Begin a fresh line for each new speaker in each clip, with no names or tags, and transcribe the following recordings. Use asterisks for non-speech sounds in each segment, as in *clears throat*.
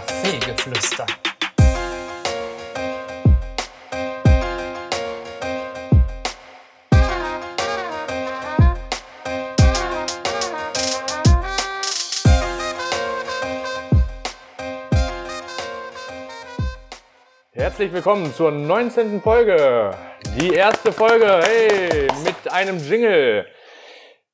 Kaffeegeflüster.
Herzlich willkommen zur 19. Folge. Die erste Folge, hey, mit einem Jingle.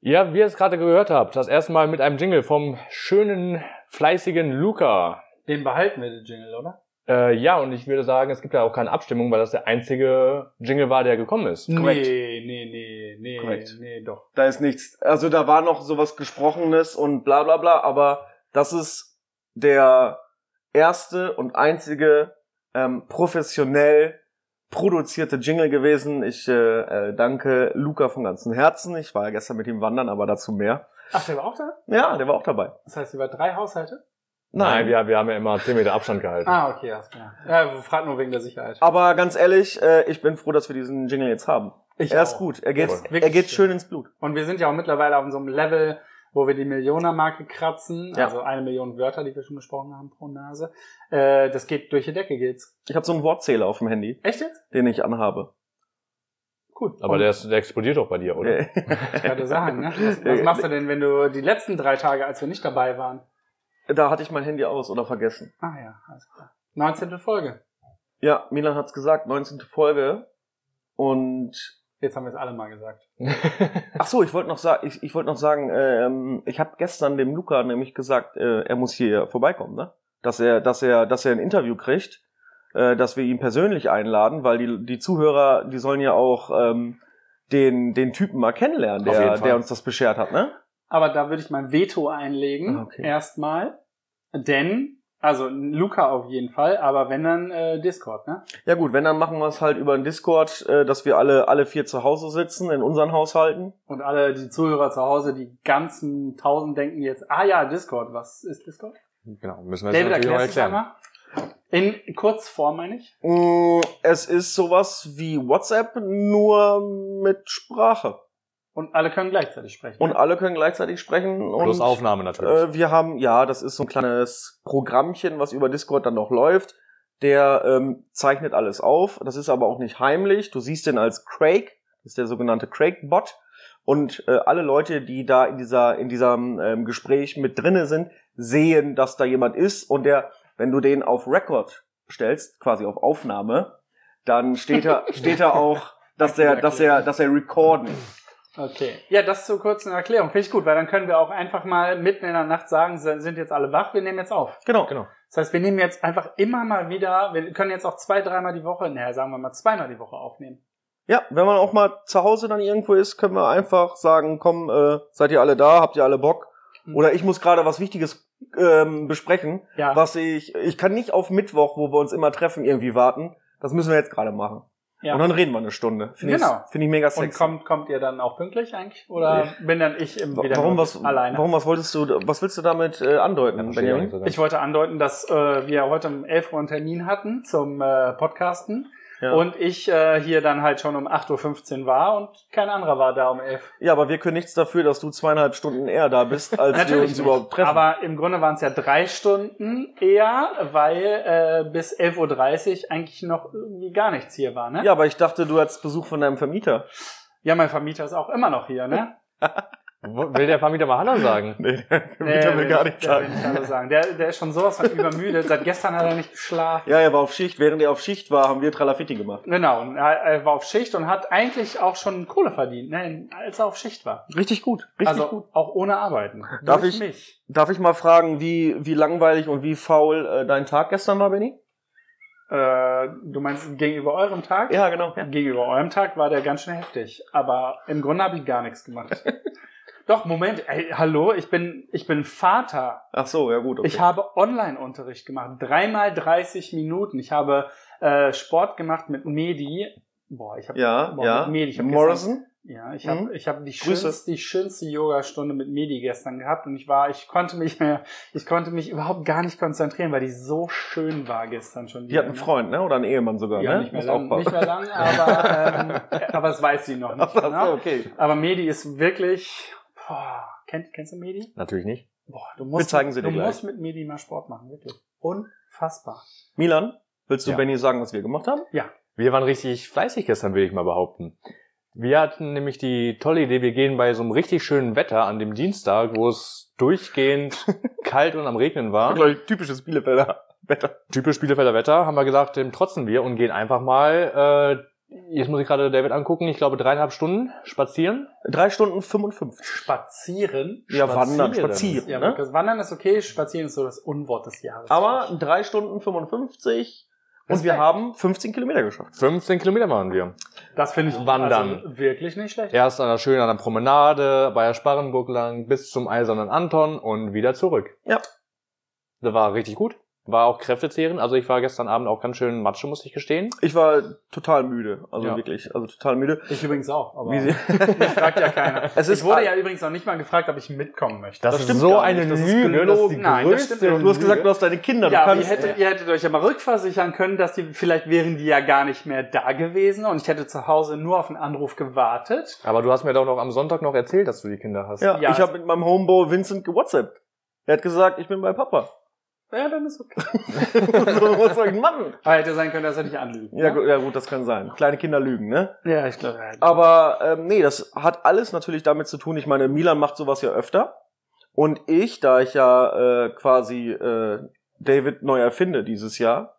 Ja, wie ihr es gerade gehört habt, das erste Mal mit einem Jingle vom schönen, fleißigen Luca.
Den behalten wir, den Jingle, oder?
Äh, ja, und ich würde sagen, es gibt ja auch keine Abstimmung, weil das der einzige Jingle war, der gekommen ist.
Korrekt.
Nee, nee, nee, nee,
Korrekt.
nee, doch.
Da ist nichts. Also da war noch sowas Gesprochenes und bla bla bla, aber das ist der erste und einzige ähm, professionell produzierte Jingle gewesen. Ich äh, äh, danke Luca von ganzem Herzen. Ich war ja gestern mit ihm wandern, aber dazu mehr.
Ach, der war auch da?
Ja, der war auch dabei.
Das heißt, über drei Haushalte?
Nein, wir, wir haben ja immer 10 Meter Abstand gehalten.
Ah, okay, alles klar. Ja, wir fragen nur wegen der Sicherheit.
Aber ganz ehrlich, äh, ich bin froh, dass wir diesen Jingle jetzt haben.
Ich
er ist
auch.
gut. Er geht,
Jawohl.
er
Wirklich
geht
schön.
schön ins Blut.
Und wir sind ja auch mittlerweile auf so einem Level, wo wir die Millioner-Marke kratzen.
Ja.
Also eine Million Wörter, die wir schon gesprochen haben pro Nase. Äh, das geht durch die Decke, geht's.
Ich habe so einen Wortzähler auf dem Handy,
Echt jetzt?
den ich anhabe.
Cool.
Aber der, ist, der explodiert doch bei dir, oder?
Äh,
Ich gerade sagen, ne? Was, was machst du denn, wenn du die letzten drei Tage, als wir nicht dabei waren?
*laughs* da hatte ich mein Handy aus oder vergessen.
Ah ja, alles klar. 19. Folge.
Ja, Milan hat's gesagt, 19. Folge. Und
Jetzt haben wir es alle mal gesagt.
ach so, ich wollte noch sagen, ich, ich wollte noch sagen, ähm, ich habe gestern dem Luca nämlich gesagt, äh, er muss hier vorbeikommen, ne? Dass er, dass er, dass er ein Interview kriegt, äh, dass wir ihn persönlich einladen, weil die die Zuhörer, die sollen ja auch ähm, den den Typen mal kennenlernen,
Auf jeden
der
Fall.
der uns das beschert hat, ne?
Aber da würde ich mein Veto einlegen,
Ah, okay.
erstmal. Denn, also Luca auf jeden Fall, aber wenn dann äh, Discord, ne?
Ja gut, wenn dann machen wir es halt über den Discord, äh, dass wir alle alle vier zu Hause sitzen in unseren Haushalten.
Und alle die Zuhörer zu Hause, die ganzen tausend denken jetzt, ah ja, Discord, was ist Discord?
Genau, müssen wir jetzt
David,
natürlich auch
erklärst du es
erklären.
einmal? In Kurzform meine ich.
Mm, Es ist sowas wie WhatsApp, nur mit Sprache.
Und alle können gleichzeitig sprechen.
Und alle können gleichzeitig sprechen. Und,
Plus Aufnahme natürlich.
äh, wir haben, ja, das ist so ein kleines Programmchen, was über Discord dann noch läuft. Der ähm, zeichnet alles auf. Das ist aber auch nicht heimlich. Du siehst den als Craig. Das ist der sogenannte Craig-Bot. Und äh, alle Leute, die da in dieser in diesem ähm, Gespräch mit drinne sind, sehen, dass da jemand ist. Und der, wenn du den auf Record stellst, quasi auf Aufnahme, dann steht da steht da auch, dass der dass er dass er recorden.
Okay. Ja, das zur kurzen Erklärung. Finde ich gut, weil dann können wir auch einfach mal mitten in der Nacht sagen, s- sind jetzt alle wach, wir nehmen jetzt auf.
Genau.
Genau.
Das heißt, wir nehmen jetzt einfach immer mal wieder, wir können jetzt auch zwei, dreimal die Woche, naja, sagen wir mal zweimal die Woche aufnehmen.
Ja, wenn man auch mal zu Hause dann irgendwo ist, können wir einfach sagen, komm, äh, seid ihr alle da, habt ihr alle Bock?
Mhm.
Oder ich muss gerade was Wichtiges ähm, besprechen,
Hm, Ja.
was ich, ich kann nicht auf Mittwoch, wo wir uns immer treffen, irgendwie warten. Das müssen wir jetzt gerade machen.
ja.
Und dann reden wir eine Stunde. Finde
Genau.
ich, finde ich mega
Und
sexy.
kommt, kommt ihr dann auch pünktlich eigentlich? Oder bin dann ich im
Wa-
wieder
warum was,
alleine?
warum was wolltest du, was willst du damit äh,
Ja,
andeuten,
verstehe ich auch nicht
Benjamin?
so ganz.
Ich wollte andeuten, dass äh, wir heute um 11 Uhr einen Termin hatten zum äh, Podcasten
Ja.
und ich äh, hier dann halt schon um 8.15 Uhr war und kein anderer war da um 11
ja, aber wir können nichts dafür, dass du zweieinhalb Stunden eher
*laughs*
da bist, als wir uns
nicht.
überhaupt treffen.
Aber im Grunde waren es ja drei Stunden eher, weil äh, bis 11.30 Uhr eigentlich noch irgendwie gar nichts hier war, ne?
ja, aber ich dachte, du hattest Besuch von deinem Vermieter. *laughs*
ja mein Vermieter ist auch immer noch hier, ne?
Wo- Will der Vermieter mal Hallo sagen?
Nee, der Vermieter will gar nichts
Äh, der
sagen.
Will nicht alles sagen. Der, der ist schon sowas von übermüdet. Seit gestern hat er nicht geschlafen.
Ja, er war auf Schicht. Während er auf Schicht war, haben wir Tralafitti gemacht.
Genau, und er, er war auf Schicht und hat eigentlich auch schon Kohle verdient, ne? als er auf Schicht war.
Richtig gut. Richtig
also
gut.
auch ohne Arbeiten.
Darf
Durch
ich-
mich?
Darf ich mal fragen, wie, wie langweilig und wie faul äh, dein Tag gestern war, Benny?
Äh, du meinst gegenüber eurem Tag?
Ja, genau.
Gegenüber eurem Tag war der ganz schön heftig. Aber im Grunde habe ich gar nichts
*laughs*
gemacht. Doch, Moment, ey, hallo, ich bin, ich bin Vater.
Ach so, ja gut. Okay.
Ich habe Online-Unterricht gemacht. Dreimal 30 Minuten. Ich habe äh, Sport gemacht mit Medi. Boah, ich habe
ja,
boah,
ja.
mit Medi. Ich hab
Morrison?
Ja, ich habe
Mhm.
ich hab die,
Grüße.
schönste, die schönste Yogastunde mit Medi gestern gehabt und ich war, ich konnte mich, *laughs* ich konnte mich überhaupt gar nicht konzentrieren, weil die so schön war gestern schon.
Die hat einen Freund, ne? Oder einen Ehemann sogar,
Ja,
ne?
nicht mehr,
Muss
lang,
aufpassen.
nicht mehr
*laughs*
lang, aber, ähm, aber das weiß sie noch nicht.
Ach so,
genau.
okay.
Aber Medi ist wirklich, boah, Kennt, kennst du Medi?
Natürlich nicht.
Boah, du musst,
Wir zeigen sie
du
dir gleich.
musst mit Medi mal Sport machen, wirklich. Unfassbar.
Milan, willst du
Ja.
Benny sagen, was wir gemacht haben?
Wir waren richtig fleißig gestern, will ich mal behaupten. Wir hatten nämlich die tolle Idee, wir gehen bei so einem richtig schönen Wetter an dem Dienstag, wo es durchgehend kalt und am Regnen war.
glaub ich, typisches Bielefelder *laughs* Wetter.
typisch Bielefelder Wetter, haben wir gesagt, dem trotzen wir und gehen einfach mal, äh, jetzt muss ich gerade David angucken, ich glaube dreieinhalb Stunden spazieren.
Drei Stunden 55.
Spazieren.
Ja, wandern,
spazieren.
spazieren.
Ja,
ne?
das Wandern ist okay, Spazieren ist so das Unwort des Jahres.
Aber drei Stunden 55 und wir
Respekt.
haben 15 Kilometer geschafft.
15 Kilometer waren wir.
das finde ich
Wandern.
Also wirklich nicht schlecht.
Erst an der schönen an der Promenade, bei der Sparrenburg lang, bis zum Eisernen Anton und wieder zurück.
Ja.
Das war richtig gut. War auch kräftezehrend. Also ich war gestern Abend auch ganz schön Matsche, muss ich gestehen.
Ich war total müde, also
Ja.
wirklich, also total müde.
Ich übrigens auch, aber
Wie sie,
mich fragt ja keiner.
*laughs* Es ist-
ich wurde ja übrigens noch nicht mal gefragt, ob ich mitkommen möchte.
Das,
Das
ist
stimmt
so
gar
eine
nicht. Das ist
Lüge. Das ist die
gelogen. Nein,
*laughs*
das
größte
stimmt nicht.
du hast gesagt,
Lüge.
du hast deine Kinder.
ja,
du
aber ihr
kannst,
hättet, ihr hättet euch ja mal rückversichern können, dass die vielleicht wären die ja gar nicht mehr da gewesen und ich hätte zu Hause nur auf einen Anruf gewartet.
Aber du hast mir doch noch am Sonntag noch erzählt, dass du die Kinder hast.
ja,
Ja,
ich habe mit meinem Homeboy Vincent gewhatsappt. Er hat gesagt, ich bin bei Papa. *laughs*
Ja, dann ist okay.
so, was soll ich machen?
Aber hätte sein können, dass er nicht anlügt.
Ja,
ne?
gut, ja gut, das kann sein. Kleine Kinder lügen, ne?
ja ich glaube. ja.
Aber ähm, nee, das hat alles natürlich damit zu tun. Ich meine, Milan macht sowas ja öfter. Und ich, da ich ja äh, quasi äh, David neu erfinde dieses Jahr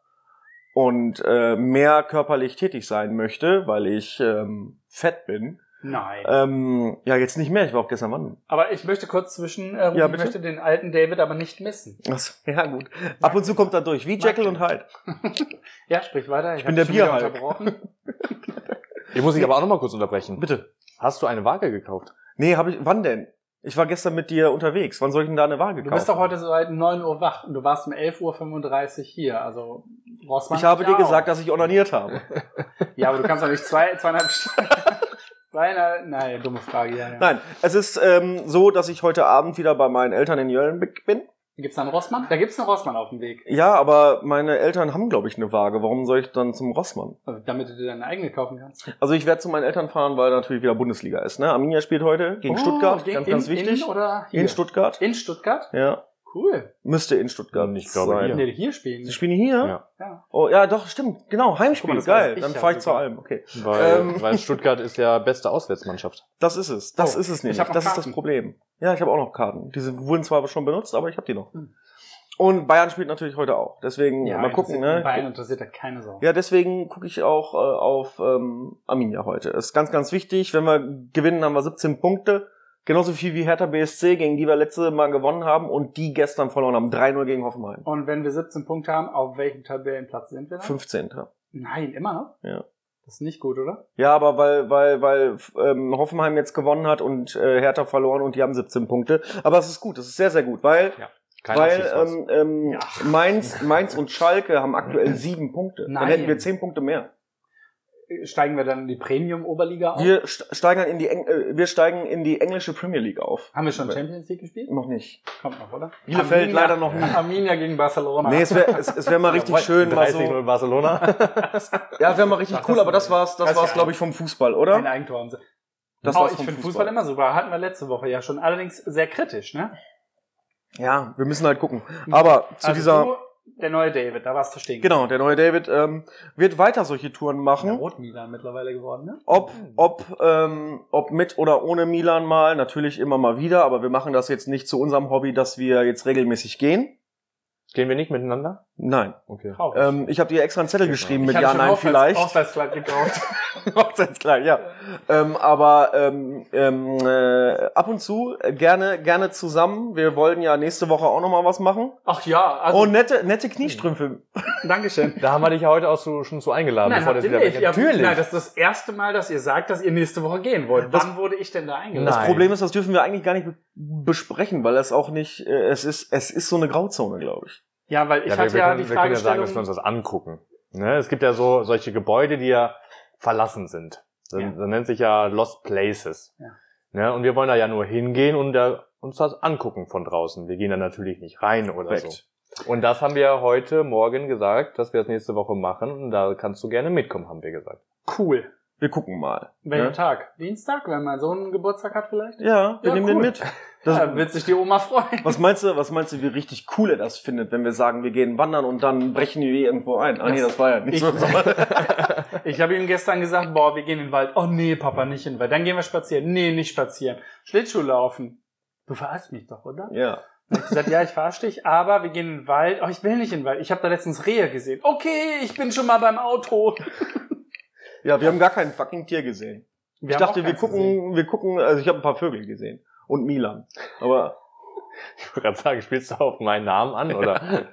und äh, mehr körperlich tätig sein möchte, weil ich ähm, fett bin,
Nein.
ähm, ja jetzt nicht mehr. Ich war auch gestern wandern.
aber ich möchte kurz zwischen, äh,
Ja,
ich
bitte?
möchte den alten David aber nicht missen.
Achso, ja gut. Ab und zu kommt er durch, wie Jekyll und Hyde.
Ja, sprich weiter. Ich,
bin
hab
der
schon wieder
Bierhulk.
unterbrochen.
Ich muss dich aber auch noch mal kurz unterbrechen.
Bitte.
Hast du eine Waage gekauft?
Nee, hab ich. Wann denn? Ich war gestern mit dir unterwegs. Wann soll ich denn da eine Waage
Du
kaufen?
bist doch heute seit 9 Uhr wach und du warst um 11.35 Uhr hier. Also brauchst
Ich habe dir
auch.
gesagt, dass ich onaniert habe.
Ja, aber du kannst doch nicht zwei, zweieinhalb Stunden. *laughs* zweieinhalb, nein, dumme Frage. Ja, ja.
Nein, es ist ähm, so, dass ich heute Abend wieder bei meinen Eltern in Jöllenbeck bin.
Gibt's da einen Rossmann? Da gibt's einen Rossmann auf dem Weg.
Ja, aber meine Eltern haben, glaube ich, eine Waage. Warum soll ich dann zum Rossmann?
Also, Damit du dir deine eigene kaufen kannst.
Also ich werde zu meinen Eltern fahren, weil natürlich wieder Bundesliga ist. Ne? Arminia spielt heute gegen
Oh,
Stuttgart,
gegen-
ganz,
in,
ganz wichtig.
In oder hier?
In Stuttgart.
In Stuttgart?
Ja,
Cool.
müsste in Stuttgart
Ich glaube,
sein.
Ja.
Nee, hier spielen.
Sie spielen hier?
Ja.
Ja.
Oh ja, doch, stimmt. Genau, Heimspiel,
Guck mal, das
geil.
weiß ich
Dann
ja
fahre ich zur
sogar.
Alm. Okay,
Weil,
Ähm.
*laughs* weil Stuttgart ist ja beste Auswärtsmannschaft.
das ist es. Das
Oh,
ist es
ich
nämlich.
hab noch
Das ist
Karten.
das Problem. Ja, ich habe auch noch Karten. Diese wurden zwar schon benutzt, aber ich habe die noch.
Hm.
Und Bayern spielt natürlich heute auch. Deswegen mal gucken,
interessiert-
ne?
Bayern interessiert da keine Sau.
Ja, deswegen gucke ich auch äh, auf ähm, Arminia heute. Ist ganz, ganz wichtig. Wenn wir gewinnen, haben wir 17 Punkte. Genauso viel wie Hertha BSC, gegen die wir letzte Mal gewonnen haben und die gestern verloren haben. 3-0 gegen Hoffenheim.
Und wenn wir 17 Punkte haben, auf welchem Tabellenplatz sind wir dann?
15.
Nein, immer noch?
Ja.
Das ist nicht gut, oder?
Ja, aber weil, weil, weil f- ähm, Hoffenheim jetzt gewonnen hat und äh, Hertha verloren und die haben 17 Punkte. Aber es ist gut, es ist sehr, sehr gut, weil,
Keiner
weil
schießt was.
ähm, ähm, Mainz, Mainz und Schalke
*laughs*
haben aktuell sieben Punkte. Dann
Nein.
hätten wir zehn Punkte mehr.
Äh, Steigen wir dann in die Premium-Oberliga auf?
Wir st- steigen in die Eng äh, wir steigen in die englische Premier League auf.
Haben wir schon Champions League gespielt?
Noch nicht.
Kommt noch, oder?
Bielefeld
Arminia-
leider noch nicht.
Arminia gegen Barcelona.
Nee, es wäre es,
*laughs*
es wär mal richtig
Jawohl,
schön, mal
30
so.
in *laughs* Barcelona.
Ja, wäre mal richtig
Ach, das
cool, aber das
ist-
war's, das
das
war's,
ist-
glaube ich, vom Fußball,
ein
oder?
Eigentor haben sie.
Das
oh,
war's
ich
vom
finde Fußball immer super. Hatten wir letzte Woche ja schon. Allerdings sehr kritisch, ne?
Ja, wir müssen halt gucken. Aber zu
Also
dieser
Du, der neue David, da warst du stehen.
genau, der neue David ähm, wird weiter solche Touren
Der
machen.
Rotmilan mittlerweile geworden, ne?
Ob, ob, ähm, ob mit oder ohne Milan mal, natürlich immer mal wieder, aber wir machen das jetzt nicht zu unserem Hobby, dass wir jetzt regelmäßig gehen.
Gehen wir nicht miteinander?
Nein.
Okay.
Traurig.
Ähm, ich habe dir extra einen Zettel geschrieben mit
Genau. Ich hatte
Ja,
schon
Nein,
Hochzeits- Hochzeitskleid
vielleicht.
gekauft.
Hochzeitskleid, ja. Ähm, aber ähm, ähm, äh, ab und zu äh, gerne, gerne zusammen. Wir wollen ja nächste Woche auch nochmal was machen.
Ach ja, also.
oh, nette, nette Kniestrümpfe.
Dankeschön.
Da haben wir dich ja heute auch so, schon zu eingeladen,
Nein, habt ihr
weg
nicht.
ist.
Ihr habt-
Natürlich.
Nein, das ist das erste Mal, dass ihr sagt, dass ihr nächste Woche gehen wollt.
Das-
Wann wurde ich denn da
Das
eingeladen?
Nein.
Problem ist, das dürfen wir eigentlich gar nicht be besprechen, weil das auch nicht, äh, es ist, es ist so eine Grauzone, glaube ich.
Ja, weil ich
ja, wir,
hatte
wir
ja
können,
die
wir können ja sagen,
Fragestellung.
dass wir uns das angucken. Ne? Es gibt ja so solche Gebäude, die ja verlassen sind. Das,
Ja.
das nennt sich ja Lost Places.
Ja.
Ne? Und wir wollen da ja nur hingehen und da, uns das angucken von draußen. Wir gehen da natürlich nicht rein oder
Korrekt.
so. Und das haben wir heute Morgen gesagt, *laughs* dass wir das nächste Woche machen. Und da kannst du gerne mitkommen, haben wir gesagt.
cool.
Wir gucken mal.
Welchen
Ne?
Tag? Dienstag, wenn mein Sohn Geburtstag hat vielleicht?
Ja, wir
Ja,
nehmen
cool.
den mit. Das,
Da wird sich die Oma
*laughs*
freuen.
was meinst du, was meinst du, wie richtig cool er das findet, wenn wir sagen, wir gehen wandern und dann brechen wir irgendwo ein? Ah nee, das war ja
*laughs*
nicht
Ich-
so.
Ich habe ihm gestern gesagt, boah, wir gehen in den Wald. Oh nee, Papa, nicht in den Wald. Dann gehen wir spazieren. Nee, nicht spazieren. Schlittschuh laufen. Du verarschst mich doch, oder?
ja.
Dann hab ich gesagt, ja, ich verarsche dich, aber wir gehen in den Wald. Oh, ich will nicht in den Wald. Ich habe da letztens Rehe gesehen. Okay, ich bin schon mal beim Auto.
ja, wir haben gar kein fucking Tier gesehen.
Wir
Ich
haben
dachte,
auch
wir
keins gesehen.
gucken, wir gucken, also ich habe ein paar Vögel gesehen und Milan. Aber
Ich wollte gerade sagen, spielst du auf meinen Namen an, oder?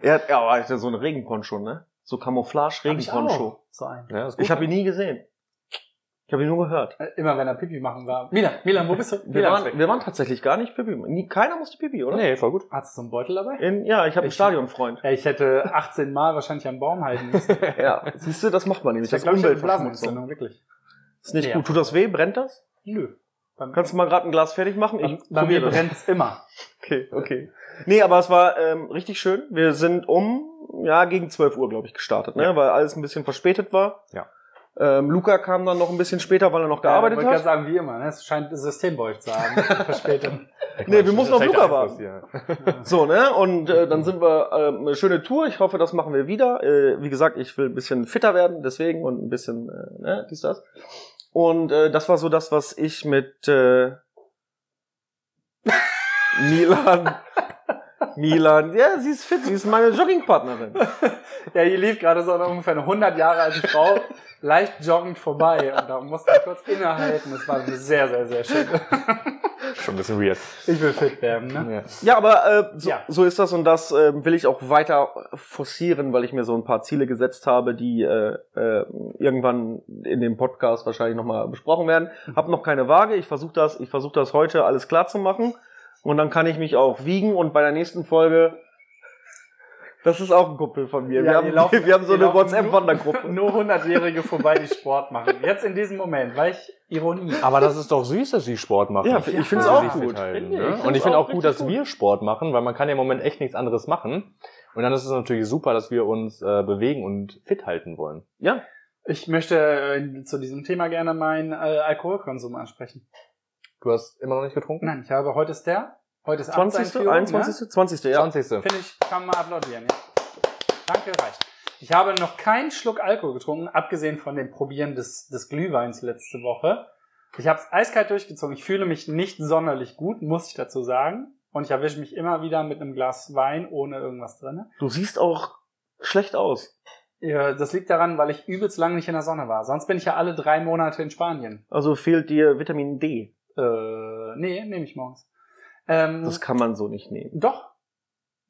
er hat, ja, aber er hat ja so einen Regenponcho, ne? So Camouflage
Hab ich
Regenponcho.
auch So einen.
Ja, Ne, ist gut.
Ich habe ihn nie gesehen. Ich habe ihn nur gehört.
Äh, Immer wenn er Pipi machen war. Milan, Milan, wo bist du?
Wir
Milan, ist
waren,
weg.
wir waren tatsächlich gar nicht Pipi. Nie- Keiner musste Pipi, oder?
Nee, voll gut.
Hast du so einen Beutel dabei?
In, ja, ich habe einen
Ich-
Stadionfreund.
Ja, ich hätte 18 Mal wahrscheinlich am Baum halten
*laughs*
müssen.
Ja, siehst du, das macht man nämlich.
Ich
Das ist
glaube, ich hätte eine
Umweltverschmutzung.
Blasenentzündung, wirklich.
Ist nicht
Ja.
gut. Tut das weh? Brennt das?
Nö. Beim-
Kannst du mal gerade ein Glas fertig machen?
Bei, bei
Ich
mir
probiere das.
brennt's immer.
Okay, okay. Nee, aber es war ähm, richtig schön. Wir sind um, ja, gegen 12 Uhr, glaube ich, gestartet, ne? weil alles ein bisschen verspätet war.
Ja.
Ähm, Luca kam dann noch ein bisschen später, weil er noch gearbeitet
ich wollte gerade
hat.
sagen, wie immer. Ne? Es scheint ein System bei euch zu haben. Verspätung. *laughs*
Nee, wir mussten auf
Schlechter
Luca
Einfluss
warten.
hier.
So, ne? Und äh, dann sind wir ähm, eine schöne Tour. Ich hoffe, das machen wir wieder. Äh, wie gesagt, ich will ein bisschen fitter werden, deswegen und ein bisschen, äh, ne, dies, das. Und äh, das war so das, was ich mit äh, Milan. Milan, ja, sie ist fit, sie ist meine Joggingpartnerin.
Ja, hier lief gerade so eine ungefähr eine 100 Jahre alte Frau leicht joggend vorbei und da musste ich kurz innehalten. Das war sehr, sehr, sehr schön.
*laughs* Schon ein bisschen weird.
Ich will fit werden, ne?
Ja.
Ja, aber äh, so,
Ja.
so ist das und das äh, will ich auch weiter forcieren, weil ich mir so ein paar Ziele gesetzt habe, die äh, äh, irgendwann in dem Podcast wahrscheinlich nochmal besprochen werden.
Mhm.
Hab noch keine Waage, ich versuche das, ich versuche das heute alles klar zu machen und dann kann ich mich auch wiegen und bei der nächsten Folge das ist auch ein Kumpel von mir.
Ja,
wir,
die
haben,
laufen-
wir haben so
die
eine
laufen
WhatsApp-Wandergruppe.
Nur 100-Jährige vorbei, die Sport machen. Jetzt in diesem Moment, weil ich Ironie.
Aber das ist doch süß, dass sie Sport machen.
Ja, ich
Dass
find's
sie
auch
sich
gut.
fit halten,
Finde ich.
ne?
Ich
Und
find's
ich finde
auch
auch gut, dass
richtig
wir Sport machen, weil man kann ja im Moment echt nichts anderes machen. Und dann ist es natürlich super, dass wir uns äh, bewegen und fit halten wollen.
Ja,
Ich möchte äh, zu diesem Thema gerne meinen äh, Alkoholkonsum ansprechen.
Du hast immer noch nicht getrunken?
Nein, ich habe, heute ist der, heute ist
20.,
Amtseinführung, ne?
21., 20. Ja.
20.
Finde ich, kann man applaudieren, ja. Danke, reicht. Ich habe noch keinen Schluck Alkohol getrunken, abgesehen von dem Probieren des, des Glühweins letzte Woche. Ich habe es eiskalt durchgezogen. Ich fühle mich nicht sonderlich gut, muss ich dazu sagen. Und ich erwische mich immer wieder mit einem Glas Wein ohne irgendwas drinne.
Du siehst auch schlecht aus.
Ja, Äh, Das liegt daran, weil ich übelst lange nicht in der Sonne war. Sonst bin ich ja alle drei Monate in Spanien.
Also fehlt dir Vitamin D.
Äh, nee, nehme ich morgens. Ähm,
Das kann man so nicht nehmen.
doch.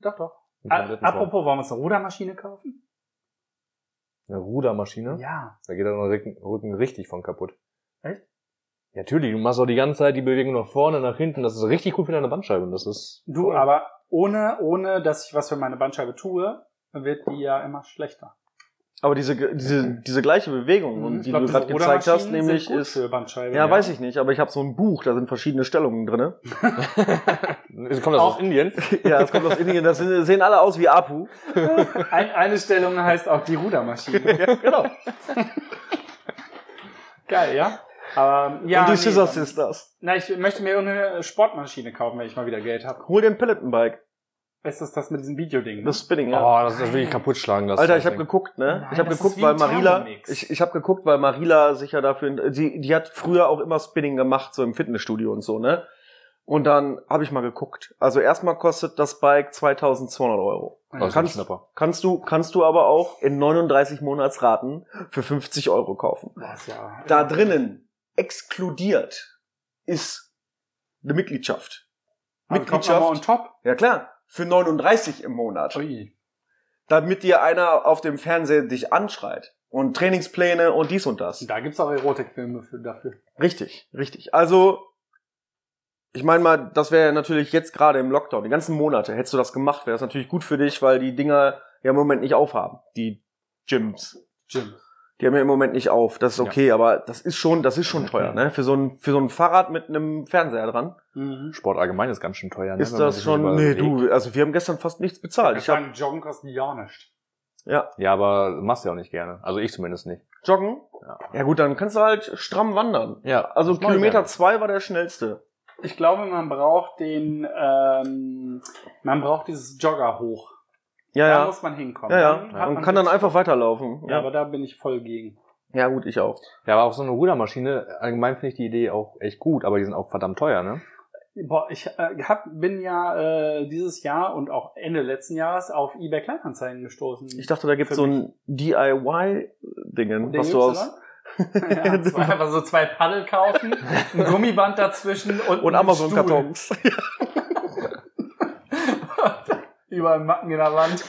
Doch, doch.
Mit dem
A
dritten Tor.
Äh, apropos, wollen wir uns eine Rudermaschine kaufen?
Eine Rudermaschine.
Ja.
Da geht dann der Rücken, Rücken richtig von kaputt.
Echt?
Ja, natürlich, du machst auch die ganze Zeit die Bewegung nach vorne, nach hinten. Das ist richtig gut für deine Bandscheibe. Und das ist.
Du, aber ohne, ohne, dass ich was für meine Bandscheibe tue, wird die ja immer schlechter.
Aber diese, diese, diese gleiche Bewegung, und
Mhm. Ich
die
glaub,
du
diese
gerade gezeigt hast,
Rudermaschinen
nämlich
sind gut
ist.
für Bandscheibe.
Ja, weiß ich nicht, aber ich habe so ein Buch, da sind verschiedene Stellungen drinne.
*laughs*
Kommt das aus Indien?
Ja, das kommt aus Indien, das sind- sehen alle aus wie Apu.
Ein, eine Stellung heißt auch die Rudermaschine.
*laughs* Ja, genau.
Geil, ja? Aber, *laughs* ja.
und die
nee,
Scissor
dann-
Sisters.
Na, ich möchte mir irgendeine Sportmaschine kaufen, wenn ich mal wieder Geld habe.
Hol dir ein Pelletenbike.
Ist das das mit diesem Videoding?
Das Spinning, ja.
Oh, das ist wirklich kaputt schlagen. Das
Alter,
das
ich habe
Ding.
geguckt, ne?
Nein,
ich habe
das ist
geguckt,
wie ein
weil Marila,
Thermomix.
ich, ich habe geguckt, weil Marila sich ja dafür, die, die hat früher auch immer Spinning gemacht, so im Fitnessstudio und so, ne? Und dann habe ich mal geguckt. Also erstmal kostet das Bike 2200 Euro.
Das ist ein
kannst-
Schnapper.
Kannst du, kannst du aber auch in 39 Monatsraten für 50 Euro kaufen.
das, ja.
Da drinnen, exkludiert, ist eine Mitgliedschaft.
Aber Ah, kommt noch mal on
Mitgliedschaft,
top.
ja klar, für 39 im Monat.
Ui.
Damit dir einer auf dem Fernseher dich anschreit. Und Trainingspläne und dies und das.
Da gibt's auch Erotikfilme für, dafür.
Richtig, richtig. Also, ich meine mal, das wäre natürlich jetzt gerade im Lockdown, die ganzen Monate, hättest du das gemacht, wäre das natürlich gut für dich, weil die Dinger ja im Moment nicht aufhaben, die Gyms.
Jim.
Die haben ja im Moment nicht auf. Das ist okay, aber das ist schon, das ist schon teuer, ne? Für so ein, für so ein Fahrrad mit einem Fernseher dran
Mhm.
Sport allgemein ist ganz schön teuer. Ne?
ist
wenn man
das
sich
schon.
überall
Nee,
bewegt.
du, also wir haben gestern fast nichts bezahlt.
Ich
Ich hab,
sagen, Joggen kostet ja nichts.
Ja, aber machst du ja auch nicht gerne. Also ich zumindest nicht.
Joggen? Ja gut, dann kannst du halt stramm wandern.
Ja,
Also
das mach ich
Kilometer
gerne.
zwei war der schnellste.
Ich glaube, man braucht den, ähm, man braucht dieses Jogger hoch.
Ja,
da
ja.
muss man hinkommen.
Ja,
Dann
ja.
hat
Und
man
kann dann
Glück.
einfach weiterlaufen.
Ja, aber da bin ich voll gegen.
ja gut, ich auch.
Ja, aber auch so eine Rudermaschine, allgemein finde ich die Idee auch echt gut, aber die sind auch verdammt teuer, ne?
Boah, ich äh, hab, bin ja äh, dieses Jahr und auch Ende letzten Jahres auf eBay Kleinanzeigen gestoßen.
Ich dachte, da gibt's
Für
so ein DIY-Dingen,
Den
was du
Y?
aus.
*laughs* ja, zwei, einfach so zwei Paddel kaufen,
*laughs*
ein Gummiband dazwischen und,
Und
einen
Amazon-Kartons.
Überall Macken in der
*laughs*
Wand.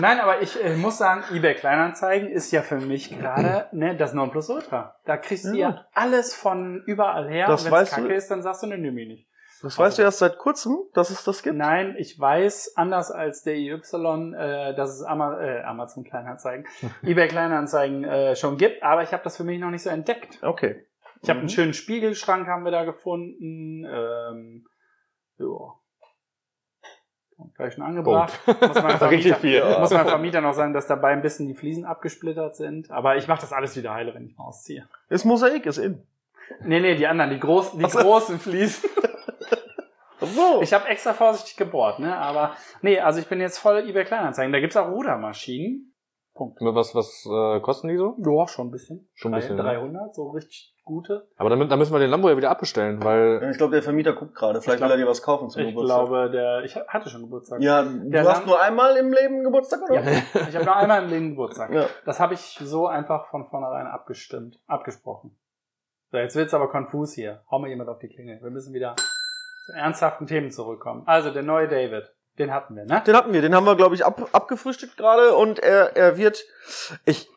Nein, aber ich äh, muss sagen, eBay Kleinanzeigen ist ja für mich gerade ne, das Nonplusultra. Da kriegst du ja,
Ja.
alles von überall her.
Das
und wenn es
weißt du-
kacke ist, dann sagst du, ne, nehme ich nicht.
Das weißt du erst seit kurzem, dass es das gibt?
Nein, ich weiß, anders als der EY, äh, dass es Ama äh, Amazon Kleinanzeigen,
*laughs*
eBay Kleinanzeigen äh, schon gibt, aber ich habe das für mich noch nicht so entdeckt.
Okay.
Ich habe einen
Mhm.
schönen Spiegelschrank, haben wir da gefunden. Ähm, ja. Gleich schon angebracht.
Oh.
Muss
*laughs*
mein,
Richtig
Vermieter,
viel.
muss mein Vermieter noch sagen, dass dabei ein bisschen die Fliesen abgesplittert sind. Aber ich mache das alles wieder heile, wenn ich mal ausziehe.
Ist Mosaik, ist in.
Nee, nee, die anderen, die großen, die großen Fliesen.
So.
Ich habe extra vorsichtig gebohrt, ne? Aber nee, also ich bin jetzt voll eBay Kleinanzeigen. Da gibt's auch Rudermaschinen.
Was, was äh, kosten die so?
Ja, schon ein bisschen.
Schon ein bisschen. ne?
300, so richtig gute.
Aber dann, dann müssen wir den Lambo ja wieder abbestellen, weil
Äh, Ich glaube, der Vermieter guckt gerade.
Vielleicht will er
dir was kaufen
Ich glaube, der ich hatte schon Geburtstag.
Ja,
Der
du hast
Lam-
nur einmal im Leben Geburtstag,
Ja.
oder?
Ich habe noch einmal im Leben Geburtstag.
Ja.
Das habe ich so einfach von vornherein abgestimmt, abgesprochen. So, jetzt wird's aber konfus hier. Hau mal jemand auf die Klinge. Wir müssen wieder zu ernsthaften Themen zurückkommen. Also der neue David, den hatten wir, ne?
Den hatten wir, den haben wir, glaube ich, ab, abgefrühstückt gerade und er, er wird. Ich,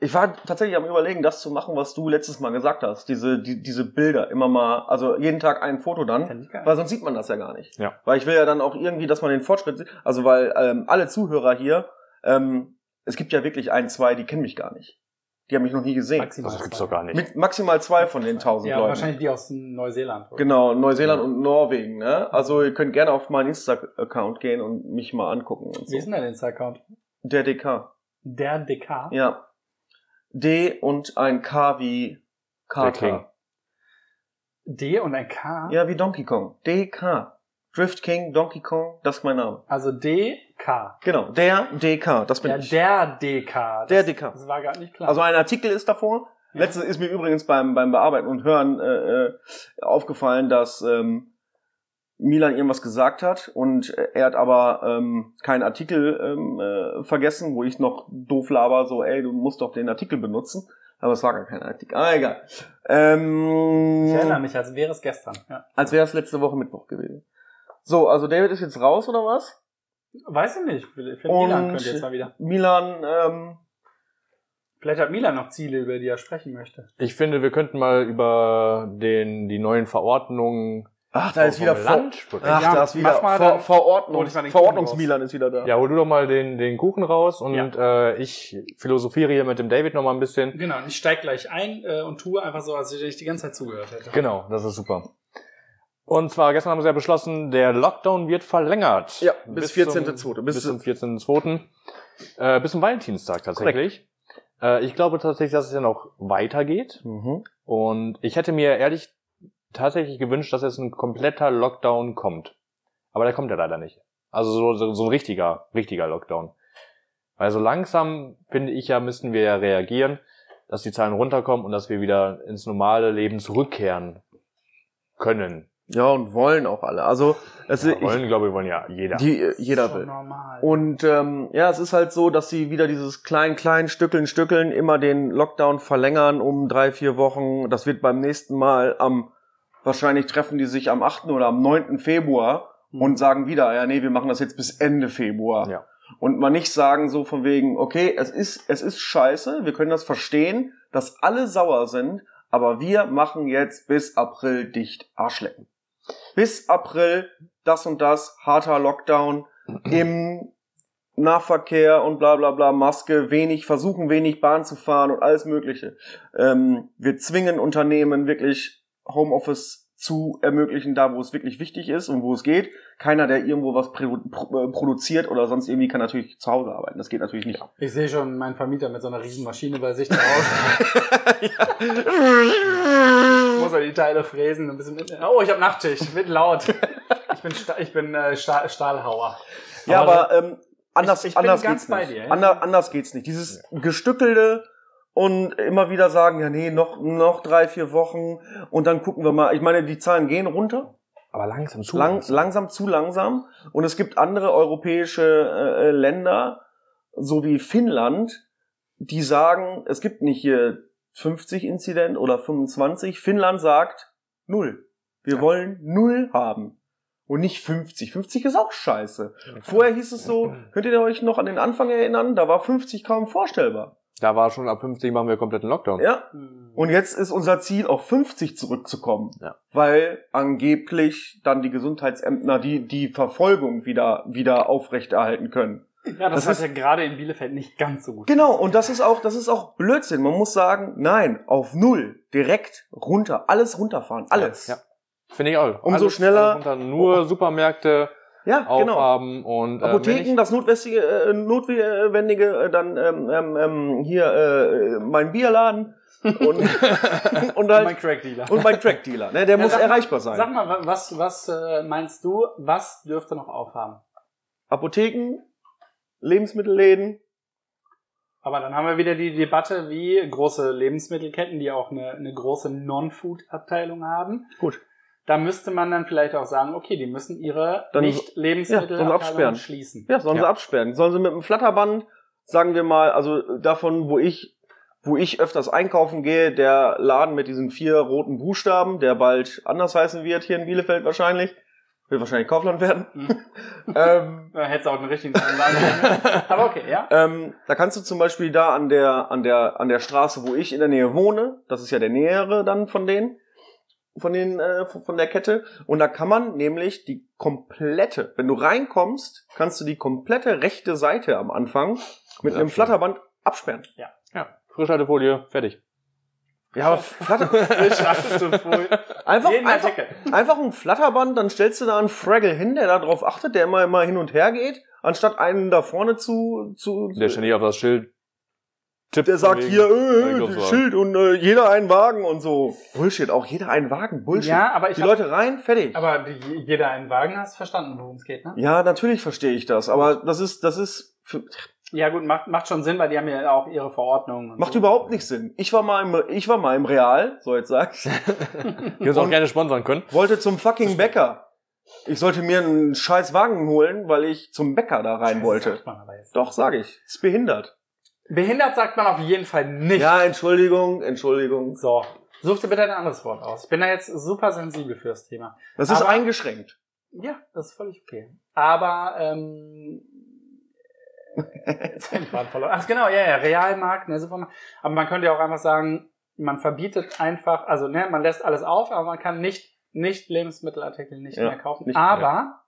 ich war tatsächlich am überlegen, das zu machen, was du letztes Mal gesagt hast. Diese, die, diese Bilder immer mal, also jeden Tag ein Foto dann.
Fänd ich geil.
Weil sonst sieht man das ja gar nicht.
Ja.
Weil ich will ja dann auch irgendwie, dass man den Fortschritt sieht. Also weil ähm, alle Zuhörer hier, ähm, es gibt ja wirklich ein, zwei, die kennen mich gar nicht. Die haben mich noch nie gesehen.
Maximal
das gibt's
zwei.
doch gar nicht.
Mit maximal zwei von den tausend
Ja,
Leuten.
wahrscheinlich die aus Neuseeland. oder?
Genau, Neuseeland und Norwegen, ne? Also ihr könnt gerne auf meinen Insta-Account gehen und mich mal angucken und
Wie ist
so.
denn dein Insta-Account?
Der DK.
Der DK?
Ja. D und ein K wie
King.
Kater.
D und ein K?
Ja, wie Donkey Kong. DK. Drift King, Donkey Kong, das ist mein Name.
Also DK.
Genau, der DK, das bin
Ja,
ich.
der DK.
Der
Das-
DK.
Das war gar nicht klar.
Also ein Artikel ist davor.
Ja.
Letztens ist mir übrigens beim, beim Bearbeiten und Hören äh, äh, aufgefallen, dass ähm, Milan irgendwas gesagt hat und äh, er hat aber ähm, keinen Artikel ähm, äh, vergessen, wo ich noch doof laber, so ey, du musst doch den Artikel benutzen. Aber es war gar kein Artikel. Ah, egal.
ich erinnere
Ähm,
mich, als wäre es gestern. Ja.
als wäre es letzte Woche Mittwoch gewesen. So, also David ist jetzt raus oder was?
Weiß ich nicht. Vielleicht
Und-
Milan könnte jetzt mal wieder.
Milan, ähm,
Vielleicht hat Milan noch Ziele, über die er sprechen möchte.
Ich finde, wir könnten mal über den, die neuen Verordnungen
ach, da ist
vom
wieder Ver
Land sprechen.
Ach,
Ja,
da ist wieder
mach mal,
Ver
dann hol
Verordnung.
ich mal den Kuchen
Verordnungsmilan ist wieder da.
Ja, hol du doch mal den, den Kuchen raus und
Ja.
äh, ich philosophiere hier mit dem David noch mal ein bisschen.
Genau, und ich steige gleich ein äh, und tue einfach so, als wenn ich die ganze Zeit zugehört hätte.
Genau, das ist super. Und zwar, gestern haben wir ja beschlossen, der Lockdown wird verlängert.
Ja, bis
zum-
14.2..
Bis,
Bis-
zum 14.2. Äh, bis zum Valentinstag tatsächlich. Äh, ich glaube tatsächlich, dass es ja noch weitergeht.
Mhm.
Und ich hätte mir ehrlich tatsächlich gewünscht, dass jetzt ein kompletter Lockdown kommt. Aber der kommt ja leider nicht. Also so, so, so ein richtiger, richtiger Lockdown. Weil so langsam, finde ich ja, müssen wir ja reagieren, dass die Zahlen runterkommen und dass wir wieder ins normale Leben zurückkehren können.
Ja, und wollen auch alle. Also, es
Ja,
ist,
wollen, glaube ich, wollen ja jeder.
ich, die, äh,
Das ist
jeder
schon
will.
normal.
Und ähm, ja, es ist halt so, dass sie wieder dieses klein, klein, Stückeln, Stückeln immer den Lockdown verlängern um drei, vier Wochen. Das wird beim nächsten Mal am, wahrscheinlich treffen die sich am 8. oder am 9. Februar und sagen wieder, ja, nee, wir machen das jetzt bis Ende Februar.
Ja.
Und mal nicht sagen so von wegen, okay, es ist, es ist scheiße, wir können das verstehen, dass alle sauer sind, aber wir machen jetzt bis April dicht Arschlecken. Bis April das und das, harter Lockdown im Nahverkehr und bla bla bla, Maske, wenig, versuchen wenig Bahn zu fahren und alles Mögliche. Ähm, wir zwingen Unternehmen wirklich Homeoffice zu ermöglichen, da wo es wirklich wichtig ist und wo es geht. Keiner, der irgendwo was produ- pro- äh, produziert oder sonst irgendwie, kann natürlich zu Hause arbeiten. Das geht natürlich nicht.
Ich sehe schon meinen Vermieter mit so einer riesen Maschine bei sich zu
*laughs*
Hause. Muss er die Teile fräsen, ein bisschen. Oh, ich habe Nachtschicht, wird laut. Ich bin, Sta ich bin äh, Stahl Stahlhauer.
Ja,
Aber
aber ähm, anders,
ich bin
anders
ganz
geht's
bei
nicht.
dir, ja.
Ander, anders geht's nicht. Dieses gestückelte und immer wieder sagen, ja nee, noch noch drei vier Wochen und dann gucken wir mal. Ich meine, die Zahlen gehen runter,
Aber langsam zu.
lang, langsam zu langsam. Und es gibt andere europäische äh, Länder, so wie Finnland, die sagen, es gibt nicht hier 50 Inzident oder 25. Finnland sagt null. Wir wollen null haben. Und nicht 50. 50 ist auch scheiße. Vorher hieß es so, könnt ihr euch noch an den Anfang erinnern? Da war 50 kaum vorstellbar.
Da war schon ab 50 machen wir kompletten Lockdown.
Ja,
Und
und jetzt ist unser Ziel, auf 50 zurückzukommen,
Ja.
weil angeblich dann die Gesundheitsämter die, die Verfolgung wieder, wieder aufrechterhalten können.
ja, das,
das
hat ja gerade in Bielefeld nicht ganz so gut.
Genau, und das ist auch, das ist auch Blödsinn. Man muss sagen, nein, auf Null, direkt runter, alles runterfahren, alles.
Ja, Finde ich auch.
Umso schneller-
runter, nur Supermärkte
Ja, genau.
aufhaben und äh,
Apotheken,
wenn ich-
das notwendige, äh, notwendige, äh, dann ähm, ähm, ähm, hier äh, mein Bierladen und, und
Und
halt
mein Crack-Dealer.
und mein Trackdealer. Ne, der
Ja,
muss
sag-
erreichbar sein.
Sag mal, wa- was, was äh, meinst du, was dürfte noch aufhaben?
Apotheken, Lebensmittelläden.
Aber dann haben wir wieder die Debatte, wie große Lebensmittelketten, die auch eine, eine große Non-Food-Abteilung haben.
Gut.
Da müsste man dann vielleicht auch sagen, okay, die müssen ihre
Dann- ja, sollen sie
Nicht-Lebensmittelabteilung
absperren.
schließen.
Ja, sollen
Ja.
sie absperren. Sollen sie mit einem Flatterband, sagen wir mal, also davon, wo ich, wo ich öfters einkaufen gehe, der Laden mit diesen vier roten Buchstaben, der bald anders heißen wird hier in Bielefeld wahrscheinlich. Wird wahrscheinlich Kaufland werden.
Mhm.
ähm,
Da hättest du auch einen richtigen Namen sagen
*laughs*
können. Aber okay, ja.
ähm, da kannst du zum Beispiel da an der, an der, an der Straße, wo ich in der Nähe wohne, das ist ja der nähere dann von denen, von den, äh, von von der Kette. Und da kann man nämlich die komplette, wenn du reinkommst, kannst du die komplette rechte Seite am Anfang mit
Ja, schön.
einem Flatterband absperren.
Ja, Frischhaltefolie, fertig.
Ja, aber *laughs* Flatter,
Ich achte voll.
einfach,
Jeden
einfach,
Artikel.
einfach ein Flatterband, dann stellst du da einen Fraggle hin, der da drauf achtet, der immer, immer hin und her geht, anstatt einen da vorne zu, zu,
Der ständig auf das
*laughs*
Schild tippt.
Der sagt
von wegen-
hier,
Ja, ich
äh,
glaub,
äh,
so.
Schild und äh, jeder einen Wagen und so. Bullshit, auch jeder einen Wagen, Bullshit.
Ja, aber ich
die
hab-
Leute rein, fertig.
Aber die- jeder einen Wagen hast verstanden, worum es geht, ne?
ja, natürlich verstehe ich das, aber das ist, das ist, für,
Ja gut, macht, macht schon Sinn, weil die haben ja auch ihre Verordnungen. und
macht
so.
überhaupt nicht Sinn. Ich war mal im, ich war mal im Real, so jetzt
*laughs*
sag ich,
Die uns auch gerne sponsern können.
wollte zum fucking Bäcker. Ich sollte mir einen scheiß Wagen holen, weil ich zum Bäcker da rein
Das
wollte.
sagt man aber jetzt.
Doch, sage ich. Ist behindert.
Behindert sagt man auf jeden Fall nicht.
Ja, Entschuldigung, Entschuldigung.
So, such dir bitte ein anderes Wort aus. Ich bin da jetzt super sensibel für das Thema.
Das ist
Aber-
eingeschränkt.
Ja, das ist völlig okay. Aber, ähm, äh, jetzt hab ich den Faden verloren. Ach genau, ja, ja, Realmarkt, ne, Supermarkt. Aber man könnte ja auch einfach sagen, man verbietet einfach, also ne, man lässt alles auf, aber man kann nicht, nicht Lebensmittelartikel nicht
Ja,
mehr kaufen.
nicht-
aber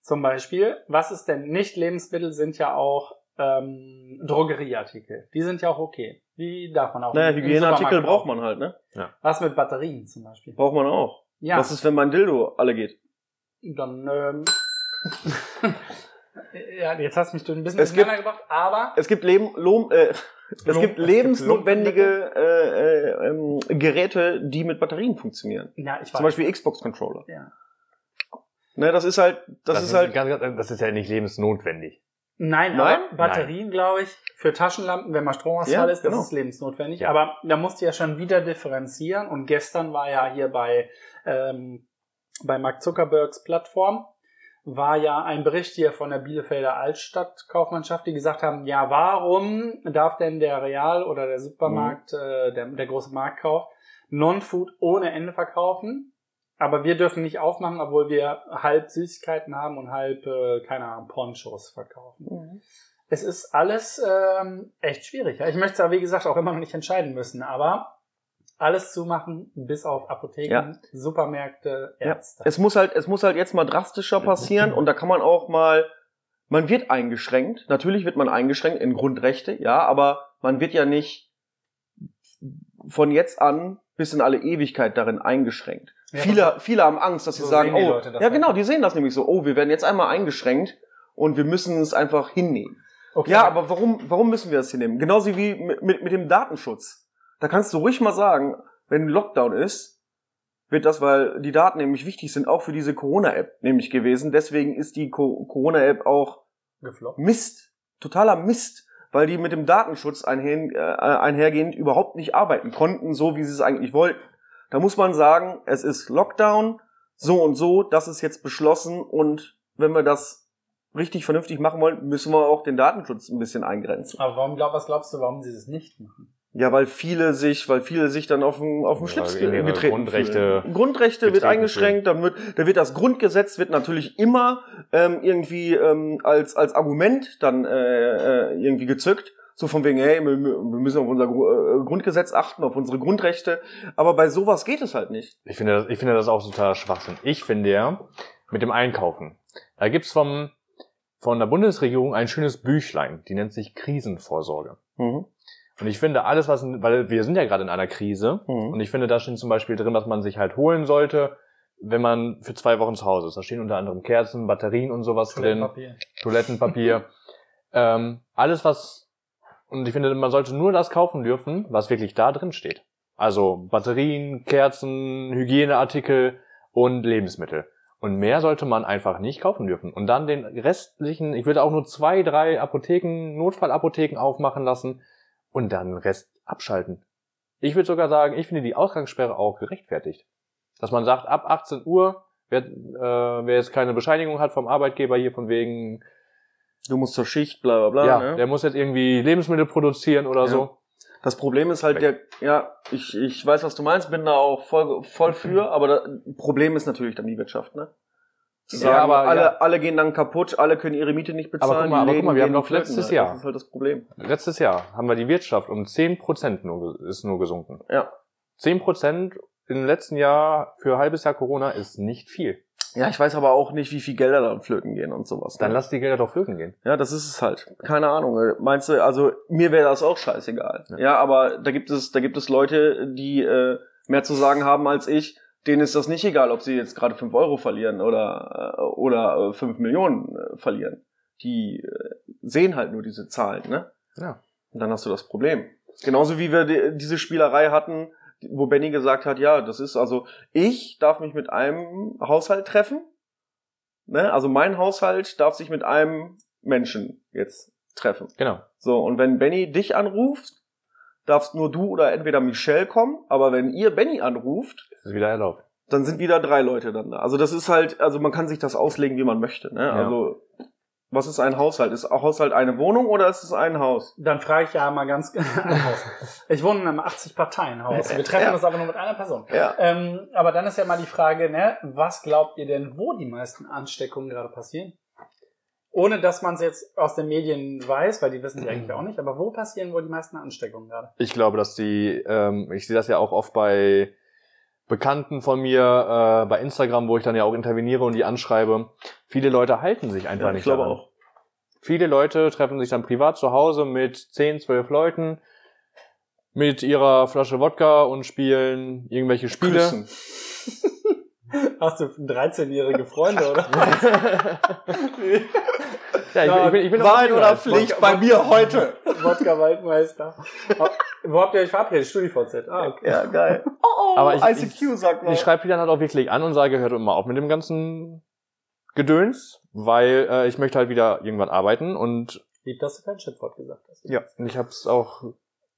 zum Beispiel, was ist denn nicht Lebensmittel sind ja auch ähm, Drogerieartikel. Die sind ja auch okay. Die darf man auch.
Naja,
im- im
Hygieneartikel
Supermarkt
braucht
kaufen.
man halt, ne?
Was mit Batterien zum Beispiel?
Braucht man auch.
Ja.
Was ist, wenn mein Dildo alle geht?
Dann, ähm. *laughs* ja, jetzt hast du mich durch ein bisschen
Es gibt-
durcheinander gebracht, aber
Es gibt, Leben, Lohm, äh, *laughs* es
Lohm-
gibt
es
lebensnotwendige äh, äh, ähm, Geräte, die mit Batterien funktionieren.
ja, ich weiß.
Zum Beispiel Xbox-Controller.
Ja.
Ne, das ist halt, das, ist halt,
ganz, ganz, das ist ja nicht lebensnotwendig.
Nein,
Nein?
aber Batterien, glaube ich, für Taschenlampen, wenn mal Stromausfall
Ja,
ist, das
genau.
ist lebensnotwendig.
Ja.
Aber da musst du ja schon wieder differenzieren. Und gestern war ja hier bei, ähm, bei Mark Zuckerbergs Plattform, war ja ein Bericht hier von der Bielefelder Altstadtkaufmannschaft, die gesagt haben, ja, warum darf denn der Real oder der Supermarkt,
Mhm.
äh, der, der große Marktkauf, Non-Food ohne Ende verkaufen? Aber wir dürfen nicht aufmachen, obwohl wir halb Süßigkeiten haben und halb, äh, keine Ahnung, Ponchos verkaufen.
Mhm.
Es ist alles ähm, echt schwierig. Ja, Ich möchte es ja, wie gesagt, auch immer noch nicht entscheiden müssen, aber alles zumachen, bis auf Apotheken,
Ja.
Supermärkte,
Ja.
Ärzte.
es muss halt, es muss halt jetzt mal drastischer passieren und da kann man auch mal, man wird eingeschränkt. Natürlich wird man eingeschränkt in Grundrechte, ja, aber man wird ja nicht von jetzt an bis in alle Ewigkeit darin eingeschränkt.
Ja,
viele, viele haben Angst, dass sie
So
sagen,
sehen die
oh,
Leute das
ja
halt.
genau, die sehen das nämlich so, oh, wir werden jetzt einmal eingeschränkt und wir müssen es einfach hinnehmen.
Okay.
Ja, aber warum, warum müssen wir das hier nehmen? Genauso wie mit, mit, mit dem Datenschutz. Da kannst du ruhig mal sagen, wenn ein Lockdown ist, wird das, weil die Daten nämlich wichtig sind, auch für diese Corona-App nämlich gewesen. Deswegen ist die Co Corona-App auch
gefloppt.
Mist, totaler Mist, weil die mit dem Datenschutz einher, äh, einhergehend überhaupt nicht arbeiten konnten, so wie sie es eigentlich wollten. Da muss man sagen, es ist Lockdown, so und so, das ist jetzt beschlossen und wenn wir das richtig vernünftig machen wollen, müssen wir auch den Datenschutz ein bisschen eingrenzen.
Aber warum glaub, was glaubst du, warum sie das nicht machen?
Ja, weil viele sich, weil viele sich dann auf den, auf den
Ja,
Schlips
ihre
getreten fühlen.
Grundrechte
Grundrechte wird
getreten
eingeschränkt, dann wird, dann wird das Grundgesetz wird natürlich immer ähm, irgendwie ähm, als, als Argument dann äh, äh, irgendwie gezückt. So von wegen, hey, wir, wir müssen auf unser Gru- äh, Grundgesetz achten, auf unsere Grundrechte. Aber bei sowas geht es halt nicht.
Ich finde, das, ich finde das auch totaler Schwachsinn. Ich finde ja, mit dem Einkaufen. Da gibt's vom, von der Bundesregierung ein schönes Büchlein, die nennt sich Krisenvorsorge.
Mhm.
Und ich finde alles, was, weil wir sind ja gerade in einer Krise. Und
Mhm.
ich finde, da steht zum Beispiel drin, was man sich halt holen sollte, wenn man für zwei Wochen zu Hause ist. Da stehen unter anderem Kerzen, Batterien und sowas drin.
Toilettenpapier.
Toilettenpapier. ähm, alles, was. Und ich finde, man sollte nur das kaufen dürfen, was wirklich da drin steht. Also Batterien, Kerzen, Hygieneartikel und Lebensmittel. Und mehr sollte man einfach nicht kaufen dürfen. Und dann den restlichen, ich würde auch nur zwei, drei Apotheken, Notfallapotheken aufmachen lassen und dann den Rest abschalten. Ich würde sogar sagen, ich finde die Ausgangssperre auch gerechtfertigt. Dass man sagt, ab 18 Uhr, wer, äh, wer jetzt keine Bescheinigung hat vom Arbeitgeber hier von wegen
Du musst zur Schicht, bla bla bla.
ja,
ne?
der muss jetzt irgendwie Lebensmittel produzieren oder
Ja.
so.
Das Problem ist halt, der, ja, ich, ich weiß, was du meinst, bin da auch voll, voll
Mhm.
für, aber das Problem ist natürlich dann die Wirtschaft, ne? Zu
Ja,
sagen,
aber,
alle,
ja.
alle gehen dann kaputt, alle können ihre Miete nicht
guck
bezahlen.
mal,
die
aber guck mal, wir
gehen
haben doch
flöten,
letztes
Alter.
Jahr-
Das ist halt das Problem.
Letztes Jahr haben wir die Wirtschaft um 10% nur, ge- ist nur gesunken.
Ja.
10% im letzten Jahr für ein halbes Jahr Corona ist nicht viel.
Ja, ich weiß aber auch nicht, wie viel Gelder dann flöten gehen und sowas. ne?
Dann lass die Gelder doch flöten gehen.
Ja, das ist es halt. Keine Ahnung. äh, Meinst du, also mir wäre das auch scheißegal. Ja. aber da gibt es, da gibt es Leute, die äh, mehr zu sagen haben als ich. Denen ist das nicht egal, ob sie jetzt gerade 5 Euro verlieren oder, äh, oder äh, 5 Millionen äh, verlieren. Die äh, sehen halt nur diese Zahlen, ne?
Ja.
Und dann hast du das Problem. Genauso wie wir die, diese Spielerei hatten, wo Benny gesagt hat, ja, das ist also, ich darf mich mit einem Haushalt treffen. Ne? Also mein Haushalt darf sich mit einem Menschen jetzt treffen.
Genau.
So, und wenn Benny dich anruft, darfst nur du oder entweder Michelle kommen, aber wenn ihr Benny anruft,
Das ist wieder erlaubt.
dann sind wieder drei Leute dann da. Also das ist halt, also man kann sich das auslegen, wie man möchte. Ne? Also was ist ein Haushalt? Ist ein Haushalt eine Wohnung oder ist es ein Haus?
Dann frage ich ja mal ganz *laughs* anders. Ich wohne in einem 80-Parteien-Haus. Wir treffen
Ja.
uns aber nur mit einer Person.
Ja.
Ähm, aber dann ist ja mal die Frage, ne, was glaubt ihr denn, wo die meisten Ansteckungen gerade passieren? Ohne dass man es jetzt aus den Medien weiß, weil die wissen es
Mhm.
eigentlich auch nicht, aber wo passieren wohl die meisten Ansteckungen gerade?
Ich glaube, dass die, ähm, ich sehe das ja auch oft bei Bekannten von mir, äh, bei Instagram, wo ich dann ja auch interveniere und die anschreibe. Viele Leute halten sich einfach
Ja,
nicht
ich glaube
daran.
auch.
Viele Leute treffen sich dann privat zu Hause mit 10, 12 Leuten mit ihrer Flasche Wodka und spielen irgendwelche Spiele. *laughs*
Küssen.
Hast du 13-jährige Freunde,
*laughs*
oder?
Ja, ich, bin- ich bin, ich bin auch
Wahl
jünger
oder
als Wodka.
Pflicht bei mir heute.
Wodka Waldmeister. Wo habt ihr euch verabredet? StudiVZ. Ah, okay.
Ja, geil. *laughs* Oh, oh,
Aber ich-
ICQ sagt man.
Ich schreibe die dann halt auch wirklich an und sage, hört immer auf mit dem ganzen Gedöns, weil äh, ich möchte halt wieder irgendwann arbeiten und
Lieb, dass du kein Shitwort gesagt hast.
ja, und ich habe es auch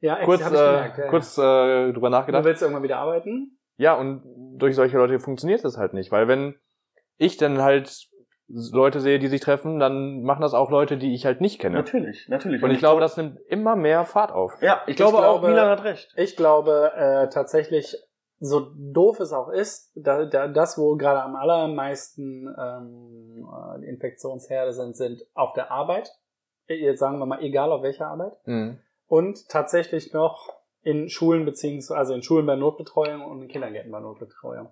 Ja, echt,
kurz,
hab
äh,
ich gemerkt. Ja,
kurz äh, drüber
ja. Du
nachgedacht.
willst irgendwann wieder arbeiten?
Ja, und durch solche Leute funktioniert das halt nicht, weil wenn ich dann halt Leute sehe, die sich treffen, dann machen das auch Leute, die ich halt nicht kenne.
Natürlich, natürlich.
Und ich glaube, das nimmt immer mehr Fahrt auf.
ja, ich,
Ich
glaube, auch,
äh,
glaube-
Milan hat recht.
Ich glaube äh, tatsächlich, so doof es auch ist, da, da, das, wo gerade am allermeisten ähm, äh, Infektionsherde sind, sind auf der Arbeit. Äh, Jetzt sagen wir mal, egal auf welcher Arbeit.
Mhm.
Und tatsächlich noch in Schulen beziehungsweise also in Schulen bei Notbetreuung und in Kindergärten bei Notbetreuung.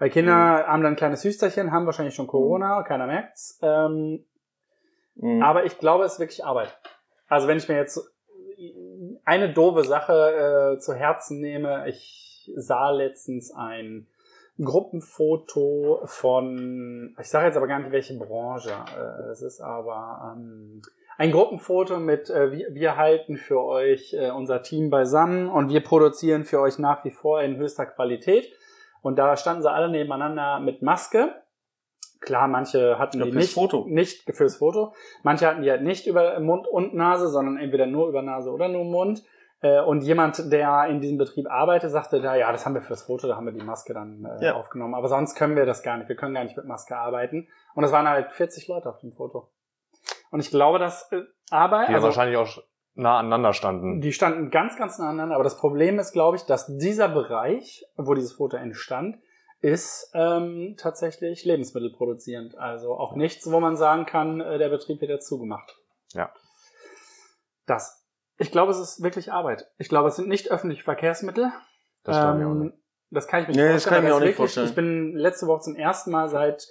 Weil Kinder haben dann ein kleines Hüsterchen, haben wahrscheinlich schon Corona, keiner merkt's. Ähm,
Mhm.
aber ich glaube, es ist wirklich Arbeit. Also wenn ich mir jetzt eine doofe Sache äh, zu Herzen nehme, ich sah letztens ein Gruppenfoto von, ich sage jetzt aber gar nicht, welche Branche äh, es ist, aber ähm, ein Gruppenfoto mit, äh, wir, wir halten für euch äh, unser Team beisammen und wir produzieren für euch nach wie vor in höchster Qualität. Und da standen sie alle nebeneinander mit Maske. Klar, manche hatten
Ja,
die
fürs
nicht,
Foto.
nicht fürs Foto. Manche hatten die halt nicht über Mund und Nase, sondern entweder nur über Nase oder nur Mund. Äh, Und jemand, der in diesem Betrieb arbeitet, sagte da, ja, das haben wir fürs Foto, da haben wir die Maske dann äh,
Ja.
aufgenommen. Aber sonst können wir das gar nicht. Wir können gar nicht mit Maske arbeiten. Und es waren halt 40 Leute auf dem Foto. Und ich glaube, dass äh, aber
Also
Die ja wahrscheinlich auch nah aneinander standen.
die standen ganz, ganz nah aneinander. Aber das Problem ist, glaube ich, dass dieser Bereich, wo dieses Foto entstand, ist ähm, tatsächlich lebensmittelproduzierend. Also auch nichts, wo man sagen kann, äh, der Betrieb wird ja zugemacht.
Ja.
Das. Ich glaube, es ist wirklich Arbeit. Ich glaube, es sind nicht öffentliche Verkehrsmittel.
Das
Ähm,
war mir auch nicht.
Das kann ich mir
Nee, das kann ich mir
aber
auch nicht
wirklich-
vorstellen.
Ich bin letzte Woche zum ersten Mal seit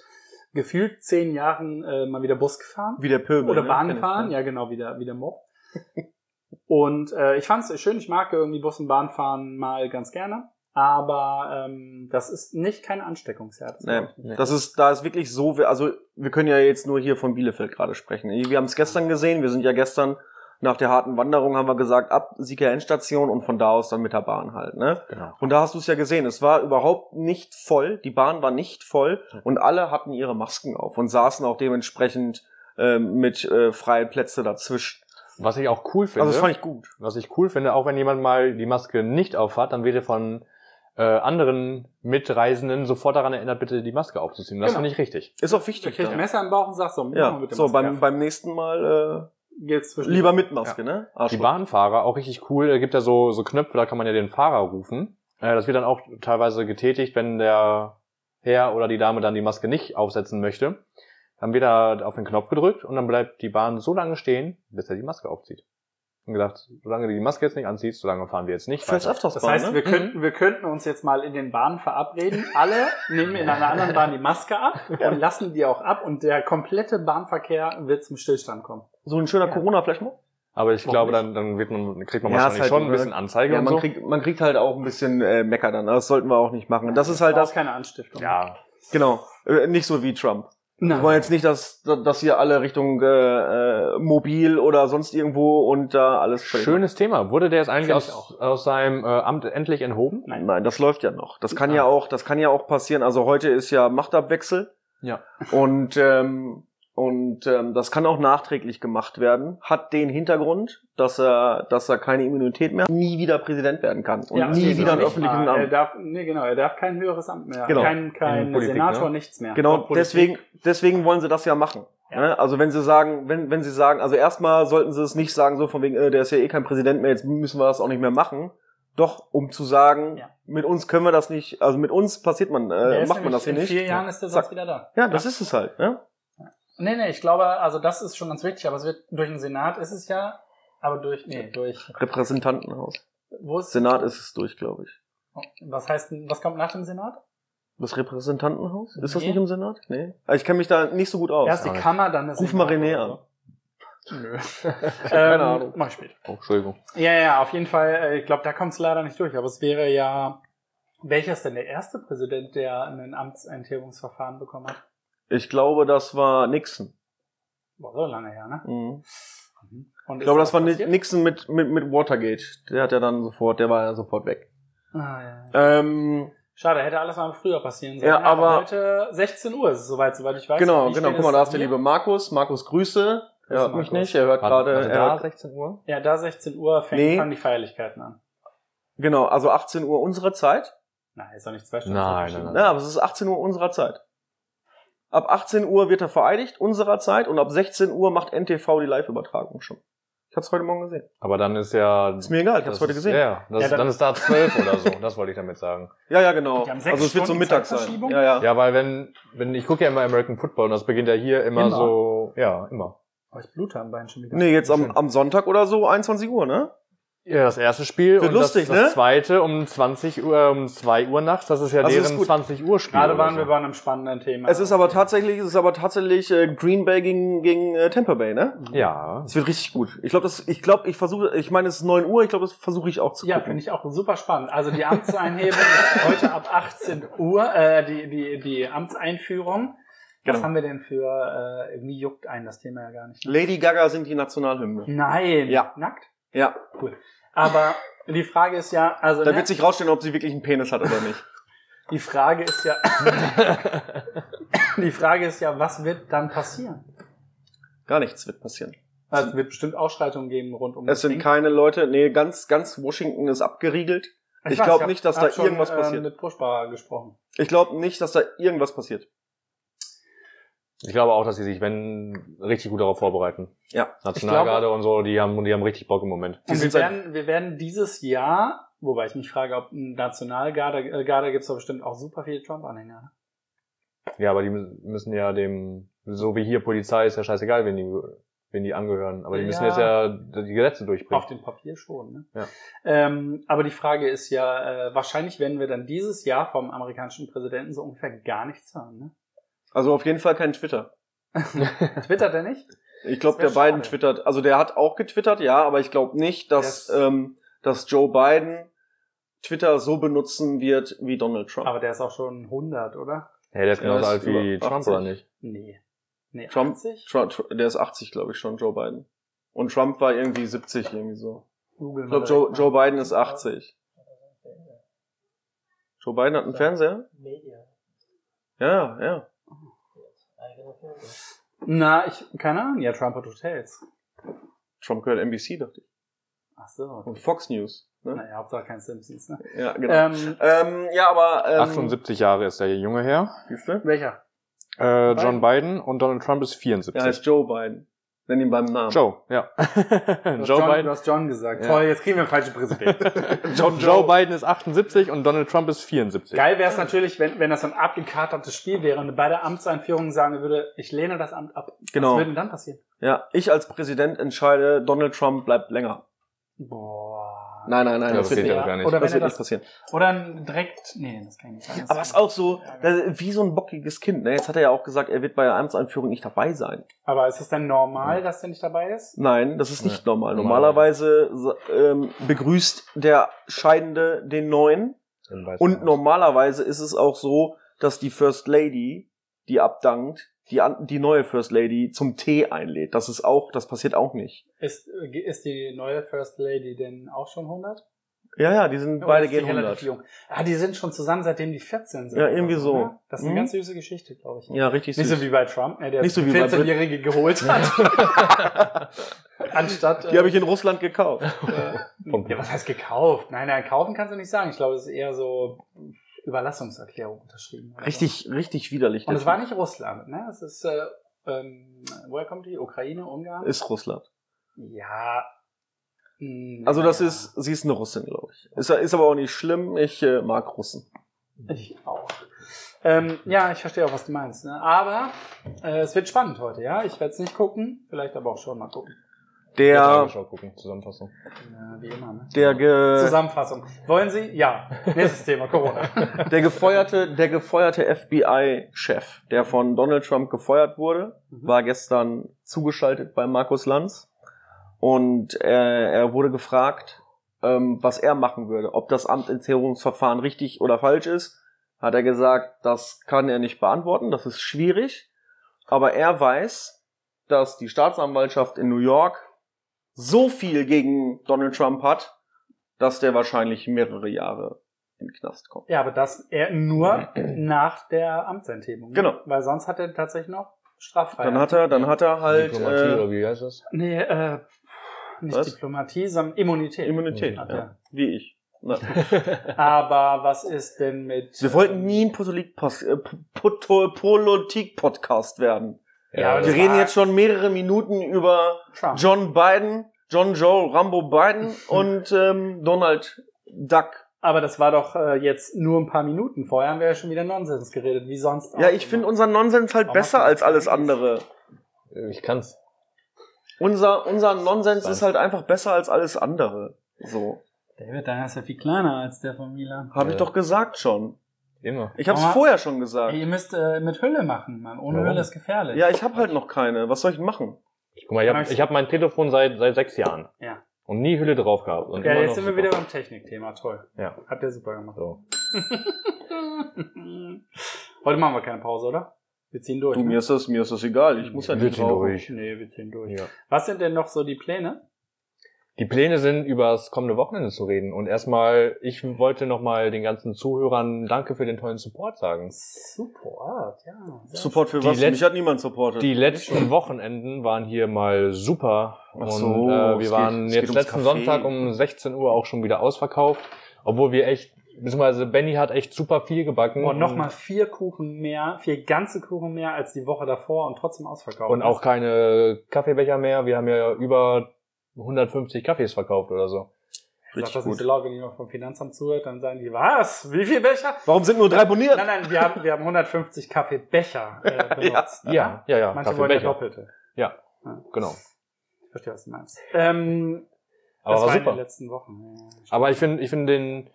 gefühlt zehn Jahren äh, mal wieder Bus gefahren.
Wie der Pöbel.
Oder
ne?
Bahn
Kenn ich,
fahren,
ne?
ja genau, wie der, wie der Mob. *laughs* und äh, ich fand's schön, ich mag irgendwie Bus und Bahn fahren mal ganz gerne. Aber ähm, das ist nicht keine Ansteckungsherd. Das
Nee,
glaub ich nicht.
Das ist, da ist wirklich so, wir- also wir können ja jetzt nur hier von Bielefeld gerade sprechen. Wir haben es gestern gesehen, wir sind ja gestern nach der harten Wanderung, haben wir gesagt, ab Sieger Endstation und von da aus dann mit der Bahn halt. Ne?
Genau.
Und da hast du es ja gesehen, es war überhaupt nicht voll, die Bahn war nicht voll und alle hatten ihre Masken auf und saßen auch dementsprechend ähm, mit äh, freien Plätzen dazwischen.
Was ich auch cool finde,
Also das fand ich gut.
was ich cool finde, auch wenn jemand mal die Maske nicht aufhat, dann wird er von äh, anderen Mitreisenden sofort daran erinnert, bitte die Maske aufzuziehen. Das
Genau.
finde ich richtig.
Ist auch
Da
wichtig.
krieg ich ein
Ja,
Messer im Bauch und sag so, mach mal
ja.
mit dem
so
Messer.
beim, beim nächsten Mal
Geht's
äh,
zwischen-
lieber mit Maske, ne?
Die
Arschloch.
Bahnfahrer, auch richtig cool, da gibt ja so, so Knöpfe, da kann man ja den Fahrer rufen. Äh, das wird dann auch teilweise getätigt, wenn der Herr oder die Dame dann die Maske nicht aufsetzen möchte. Dann wird er auf den Knopf gedrückt und dann bleibt die Bahn so lange stehen, bis er die Maske aufzieht. Und gesagt, solange du die Maske jetzt nicht anziehst, solange fahren wir jetzt nicht
Fürs
weiter.
Das
Öftersbahn,
heißt,
ne?
wir könnten, wir könnten uns jetzt mal in den Bahnen verabreden. Alle nehmen in einer anderen Bahn die Maske
*laughs*
ab und lassen die auch ab und der komplette Bahnverkehr wird zum Stillstand kommen.
So ein schöner
Ja.
Corona-Flash mal.
Aber ich
Warum
glaube,
nicht?
dann, dann wird man, kriegt man
Ja,
wahrscheinlich
ist halt
schon ein
über-
bisschen Anzeige
Ja,
und
man,
so.
kriegt, man kriegt halt auch ein bisschen äh, Mecker dann. Das sollten wir auch nicht machen. Das ist halt
auch
das,
keine Anstiftung.
ja,
genau, äh, nicht so wie Trump. Wir wollen
Nein.
jetzt nicht, dass, dass hier alle Richtung äh, äh, mobil oder sonst irgendwo und da alles völlig-
schönes Thema. Wurde der jetzt eigentlich
Finde ich
aus, aus seinem äh, Amt endlich enthoben?
Nein.
Nein, das läuft ja noch. Das kann ja auch, das kann ja auch passieren. Also heute ist ja Machtabwechsel.
Ja.
Und ähm, und ähm, das kann auch nachträglich gemacht werden. Hat den Hintergrund, dass er, dass er keine Immunität mehr, nie wieder Präsident werden kann und
Ja,
nie
das ist
wieder im
nicht
öffentlichen
wahr. Er
Amt.
darf, nee, genau, er darf kein höheres Amt mehr.
Genau.
Kein, kein
In Politik,
Senator,
ne?
nichts mehr.
Genau,
Auch Politik.
deswegen, deswegen wollen sie das ja machen. Ne? Also wenn sie sagen, wenn, wenn sie sagen, also erstmal sollten sie es nicht sagen, so von wegen, äh, der ist ja eh kein Präsident mehr, jetzt müssen wir das auch nicht mehr machen. Doch, um zu sagen,
Ja.
mit uns können wir das nicht, also mit uns passiert man,
Der
äh,
ist
macht man
nämlich
das hier
in
nicht.
vier Jahren ist der Satz wieder da.
Ja, das ist es halt. Ne?
Nee, nee, ich glaube, also das ist schon ganz wichtig, aber es wird durch den Senat ist es ja, aber durch, nee, durch,
Repräsentantenhaus.
wo ist
Senat ist es durch, glaube ich.
Was heißt, denn- was kommt nach dem Senat?
Das Repräsentantenhaus? Ist das
Nee.
nicht im Senat? Nee. Also ich kenne mich da nicht so gut aus.
Erst die
sorry.
Kammer, dann das
Oh, Ruf
Senat
mal René
oder
an.
so. Nö. Ähm,
keine Ahnung.
Mach ich später.
Oh, Entschuldigung.
Ja, ja, auf jeden Fall. äh, Ich glaube, da kommt es leider nicht durch. Aber es wäre ja, welcher ist denn der erste Präsident, der ein Amtsenthebungsverfahren bekommen hat?
Ich glaube, das war Nixon.
War so lange her, ne?
Mhm.
Und
Ich glaube, das war Ni-
passiert?
Nixon mit, mit, mit Watergate. Der hat ja dann sofort, der war ja sofort weg.
Ah, ja.
Ähm,
Schade, hätte alles mal früher passieren sollen.
Ja, aber-
heute 16 Uhr ist es soweit, soweit ich weiß.
genau,
Wie
genau.
spät
Guck mal, da
es
ist der
hier?
liebe Markus. Markus, Grüße. Er hört mich
Markus.
nicht, er hört
War-
gerade. äh,
war
er
da
hört-
16 Uhr?
Ja, da 16 Uhr fängt,
Nee.
fangen die Feierlichkeiten an.
Genau, also 18 Uhr unserer Zeit.
Nein, ist doch nicht zwei Stunden.
Nein, nein,
Ja, aber es ist 18 Uhr unserer Zeit. Ab 18 Uhr wird er vereidigt, unserer Zeit, und ab 16 Uhr macht NTV die Live-Übertragung schon. Ich hab's heute Morgen gesehen.
Aber dann ist ja.
Ist mir egal, ich
das
hab's heute
ist-
gesehen. Ja,
Ja, das
Ja,
ist,
dann-
dann ist da 12 oder so. Das wollte ich damit *laughs* sagen.
ja, genau.
Die haben sechs
Also es wird so
Stunden
Mittag sein.
Zeitverschiebung?
Ja, ja.
Ja, weil wenn, wenn ich gucke ja immer American Football und das beginnt ja hier immer,
Immer.
so. Ja, immer.
Oh, ich blute am Bein schon wieder.
Nee, jetzt am,
Schön.
am Sonntag oder so, 21 Uhr, ne?
Ja, das erste Spiel
Wird
und
lustig,
das, das
ne?
zweite um 20 Uhr, um 2 Uhr nachts. Das ist ja
Also ist
deren
gut.
20 Uhr Spiel.
Gerade
oder
waren
so.
wir bei einem spannenden Thema.
Es ist aber tatsächlich, es ist aber tatsächlich äh, Green Bay gegen, gegen äh, Tampa Bay,
Mhm.
ne?
Ja.
Es wird richtig gut. Ich glaube, das, ich glaube, ich versuche, ich meine, es ist 9 Uhr, ich glaube, das versuche ich auch zu
ja,
gucken.
finde ich auch super spannend. Also die Amtseinhebung *laughs* ist heute ab 18 Uhr, äh, die, die, die Amtseinführung. Was
Genau.
haben wir denn für, äh, irgendwie juckt einen das Thema ja gar nicht. ne?
Lady Gaga singt die Nationalhymne.
Nein.
Ja.
Nackt?
Ja.
Aber die Frage ist ja, also
Da
ne,
wird sich rausstellen, ob sie wirklich einen Penis hat oder nicht.
die Frage ist ja, *coughs* die Frage ist ja, was wird dann passieren?
Gar nichts wird passieren.
Also, es wird bestimmt Ausschreitungen geben rund um
Es
das
sind
Ding.
keine Leute, nee, ganz, ganz Washington ist abgeriegelt. ich
weiß,
glaub
hab-
nicht, dass
hab
da irgendwas passiert.
Ähm, mit Buschbauer gesprochen.
Ich glaube nicht, dass da irgendwas passiert.
*laughs* Ich glaube auch, dass sie sich, wenn, richtig gut darauf vorbereiten.
Ja.
Nationalgarde und so, die haben, die haben richtig Bock im Moment.
Die
Und wir
sind seit-
werden, wir werden dieses Jahr, wobei ich mich frage, ob ein Nationalgarde äh, Garde gibt's doch bestimmt auch super viele Trump-Anhänger.
Ja, aber die mü- müssen ja dem, so wie hier Polizei ist ja scheißegal, wen die, wen die angehören. Aber die müssen
Ja.
jetzt ja die Gesetze durchbringen.
Auf dem Papier schon. Ne?
Ja.
Ähm, aber die Frage ist ja, äh, wahrscheinlich werden wir dann dieses Jahr vom amerikanischen Präsidenten so ungefähr gar nichts hören.
*laughs*
Ne?
Also auf jeden Fall kein Twitter.
Twittert er nicht?
Ich glaube, der
Das wär
Biden
schade.
twittert. Also der hat auch getwittert, ja, aber ich glaube nicht, dass,
Das-
ähm, dass Joe Biden Twitter so benutzen wird wie Donald Trump.
Aber der ist auch schon 100, oder?
Hey, der ist
Ja,
genauso
das
alt
ist
wie
über
Trump,
80.
oder nicht?
Nee. Nee,
Trump-
80?
Tru- Tru- der ist 80, glaube ich schon, Joe Biden. Und Trump war irgendwie 70, irgendwie so.
Google
Ich glaube, Joe, Joe Biden ist 80. Joe Biden hat einen Fernseher?
Media.
Ja, ja.
Eigener Fernseher.
Na, ich, keine Ahnung. Ja, Trump hat Hotels.
Trump gehört NBC, dachte ich.
Ach so.
Und Fox News. Ne?
Naja, Hauptsache kein Simpsons, ne?
Ja, genau. Ähm,
Ähm,
ja, aber. Ähm,
78 Jahre ist der junge Herr.
siehst du?
welcher?
Äh, John Biden und Donald Trump ist
Er
74.
heißt Joe Biden. Nenn ihn beim Namen.
Joe, ja.
Du hast
Joe
John,
Biden.
Du hast John gesagt.
Ja.
Toll, jetzt kriegen wir einen falschen
*laughs*
Präsidenten.
Joe, Biden ist 78 und Donald Trump ist 74.
Geil wäre es natürlich, wenn, wenn das so ein abgekatertes Spiel wäre und bei der Amtseinführung sagen würde, ich lehne das Amt ab. Was
Genau.
würde denn dann passieren?
Ja, ich als Präsident entscheide, Donald Trump bleibt länger.
Boah.
Nein, nein, nein,
Ja,
das,
das
wird
geht
nicht.
ja gar nicht.
Oder,
Das
wenn er
wird nicht
das,
passieren.
oder direkt, nee, das kann ich nicht sagen. Das
Aber es ist auch so, da- wie so ein bockiges Kind. Ne? Jetzt hat er ja auch gesagt, er wird bei der Amtseinführung nicht dabei sein.
Aber ist es denn normal, dass der nicht dabei ist?
Nein, das ist nicht normal.
Normalerweise.
Normalerweise sa- ähm, begrüßt der Scheidende den Neuen.
Im Weißen
Und
Haus.
normalerweise ist es auch so, dass die First Lady, die abdankt, die, an- die neue First Lady zum Tee einlädt. Das ist auch, das passiert auch nicht.
Ist, äh, ist die neue First Lady denn auch schon 100?
Ja, ja, die sind
Oder
beide
ist die
gehen
relativ
100.
jung. Ah, die sind schon zusammen, seitdem die 14 sind.
Ja, irgendwie
oder
so.
ne? Das ist eine
Mhm.
ganz süße Geschichte, glaube ich.
Ja, richtig
Nicht
süß.
so wie bei Trump, ne, der
Nicht so wie bei
14-Jährige geholt hat.
*laughs*
Anstatt.
die habe ich in Russland gekauft.
äh, ja, was heißt gekauft? Nein, nein, kaufen kannst du nicht sagen. Ich glaube, es ist eher so Überlassungserklärung unterschrieben. oder so.
Richtig, richtig widerlich.
Und
der
es war
Typ.
nicht Russland, ne? Es ist, äh, ähm, woher kommt die? Ukraine, Ungarn?
Ist Russland.
ja. mh,
Also das
ja.
ist, sie ist eine Russin, glaube ich. Ist, ist aber auch nicht schlimm. Ich äh, mag Russen.
Ich auch. Ähm, ja, ich verstehe auch, was du meinst. Ne? Aber äh, es wird spannend heute, ja? Ich werde es nicht gucken, vielleicht aber auch schon mal gucken.
Jetzt
Der,
Tagesschau gucken, Zusammenfassung.
Ja, wie immer, ne?
der, ge,
Zusammenfassung. Wollen Sie? Ja.
*laughs*
Nächstes Thema, Corona.
der gefeuerte, der gefeuerte FBI-Chef, der von Donald Trump gefeuert wurde,
Mhm.
war gestern zugeschaltet bei Markus Lanz und äh, er wurde gefragt, ähm, was er machen würde, ob das Amtsenthebungsverfahren richtig oder falsch ist. Hat er gesagt, das kann er nicht beantworten, das ist schwierig. Aber er weiß, dass die Staatsanwaltschaft in New York so viel gegen Donald Trump hat, dass der wahrscheinlich mehrere Jahre in den Knast kommt.
ja, aber das er nur nach der Amtsenthebung. ne?
Genau.
Weil sonst hat er tatsächlich noch straffrei.
Dann hat er, dann hat er halt
Diplomatie
äh,
oder wie heißt das?
Nee, äh, nicht
Was?
Diplomatie, sondern Immunität.
Immunität,
hat
ja.
er.
wie ich. Na.
Aber was ist denn mit. ähm,
Wir wollten nie ein Potolik-Pos- äh, Poto- Politik-Podcast werden.
Ja, aber
Wir
das
reden
war-
jetzt schon mehrere Minuten über
Trump?
John Biden, John Joe
*laughs*
Rambo Biden und ähm, Donald Duck.
Aber das war doch äh, jetzt nur ein paar Minuten. Vorher haben wir ja schon wieder Nonsens geredet, wie sonst auch.
Ja, ich finde unseren Nonsens halt
Warum
besser
hast
als
du-
alles andere.
Ich kann's.
Unser, unser Nonsens
Was?
ist halt einfach besser als alles andere. So.
David, deiner ist ja viel kleiner als der von Milan.
Habe
Ja.
ich doch gesagt schon.
Immer.
Ich habe es
Aber-
vorher schon
Ey,
gesagt.
Ihr müsst äh, mit Hülle machen, Mann. Ohne
Warum?
Hülle ist gefährlich.
Ja, ich habe halt noch keine. Was soll ich denn machen?
Guck mal, ich habe ich hab mein Telefon seit, seit sechs Jahren.
Ja.
Und nie Hülle drauf gehabt. Und
Ja,
immer
jetzt
noch
sind wir
super.
wieder beim Technikthema. Toll.
Ja.
Habt ihr super gemacht. *laughs*
So.
Heute machen wir keine Pause, oder? Wir ziehen durch. ne?
Du, mir ist das, mir ist das egal. Ich muss ja
Wir
nicht
ziehen
drauf.
durch.
Nee, wir ziehen durch.
Ja.
Was sind denn noch so die Pläne?
Die Pläne sind, über das kommende Wochenende zu reden. Und erstmal, ich wollte nochmal den ganzen Zuhörern Danke für den tollen Support sagen.
Support, ja.
Support für
Die
was?
letz-
Mich hat niemand supportet.
Die letzten Wochenenden waren hier mal super.
Ach
Und
so,
äh,
es
wir
geht-
waren
es geht
jetzt
ums
letzten
Café.
Sonntag um 16 Uhr auch schon wieder ausverkauft. Obwohl wir echt, beziehungsweise Benny hat echt super viel gebacken.
Oh,
Und nochmal Oh, vier Kuchen mehr, vier ganze Kuchen mehr als die Woche davor und trotzdem ausverkauft.
Und auch keine Kaffeebecher mehr. Wir haben ja über 150 Kaffees verkauft oder so.
Sag
Richtig
das nicht so
gut.
laut, wenn jemand vom Finanzamt zuhört, dann sagen die, was? Wie viel Becher?
Warum sind nur drei
Nein,
boniert?
nein, wir haben, wir haben 150 Kaffeebecher
*laughs*
äh, benutzt.
Ja, ja, ja.
Manche wollen ja
Kaffeebecher.
doppelte.
Genau.
Ich verstehe, was du meinst. Ähm,
Aber
das
war
war in
super. Ah,
den letzten Wochen. Ja.
Aber ich finde, ich finde den,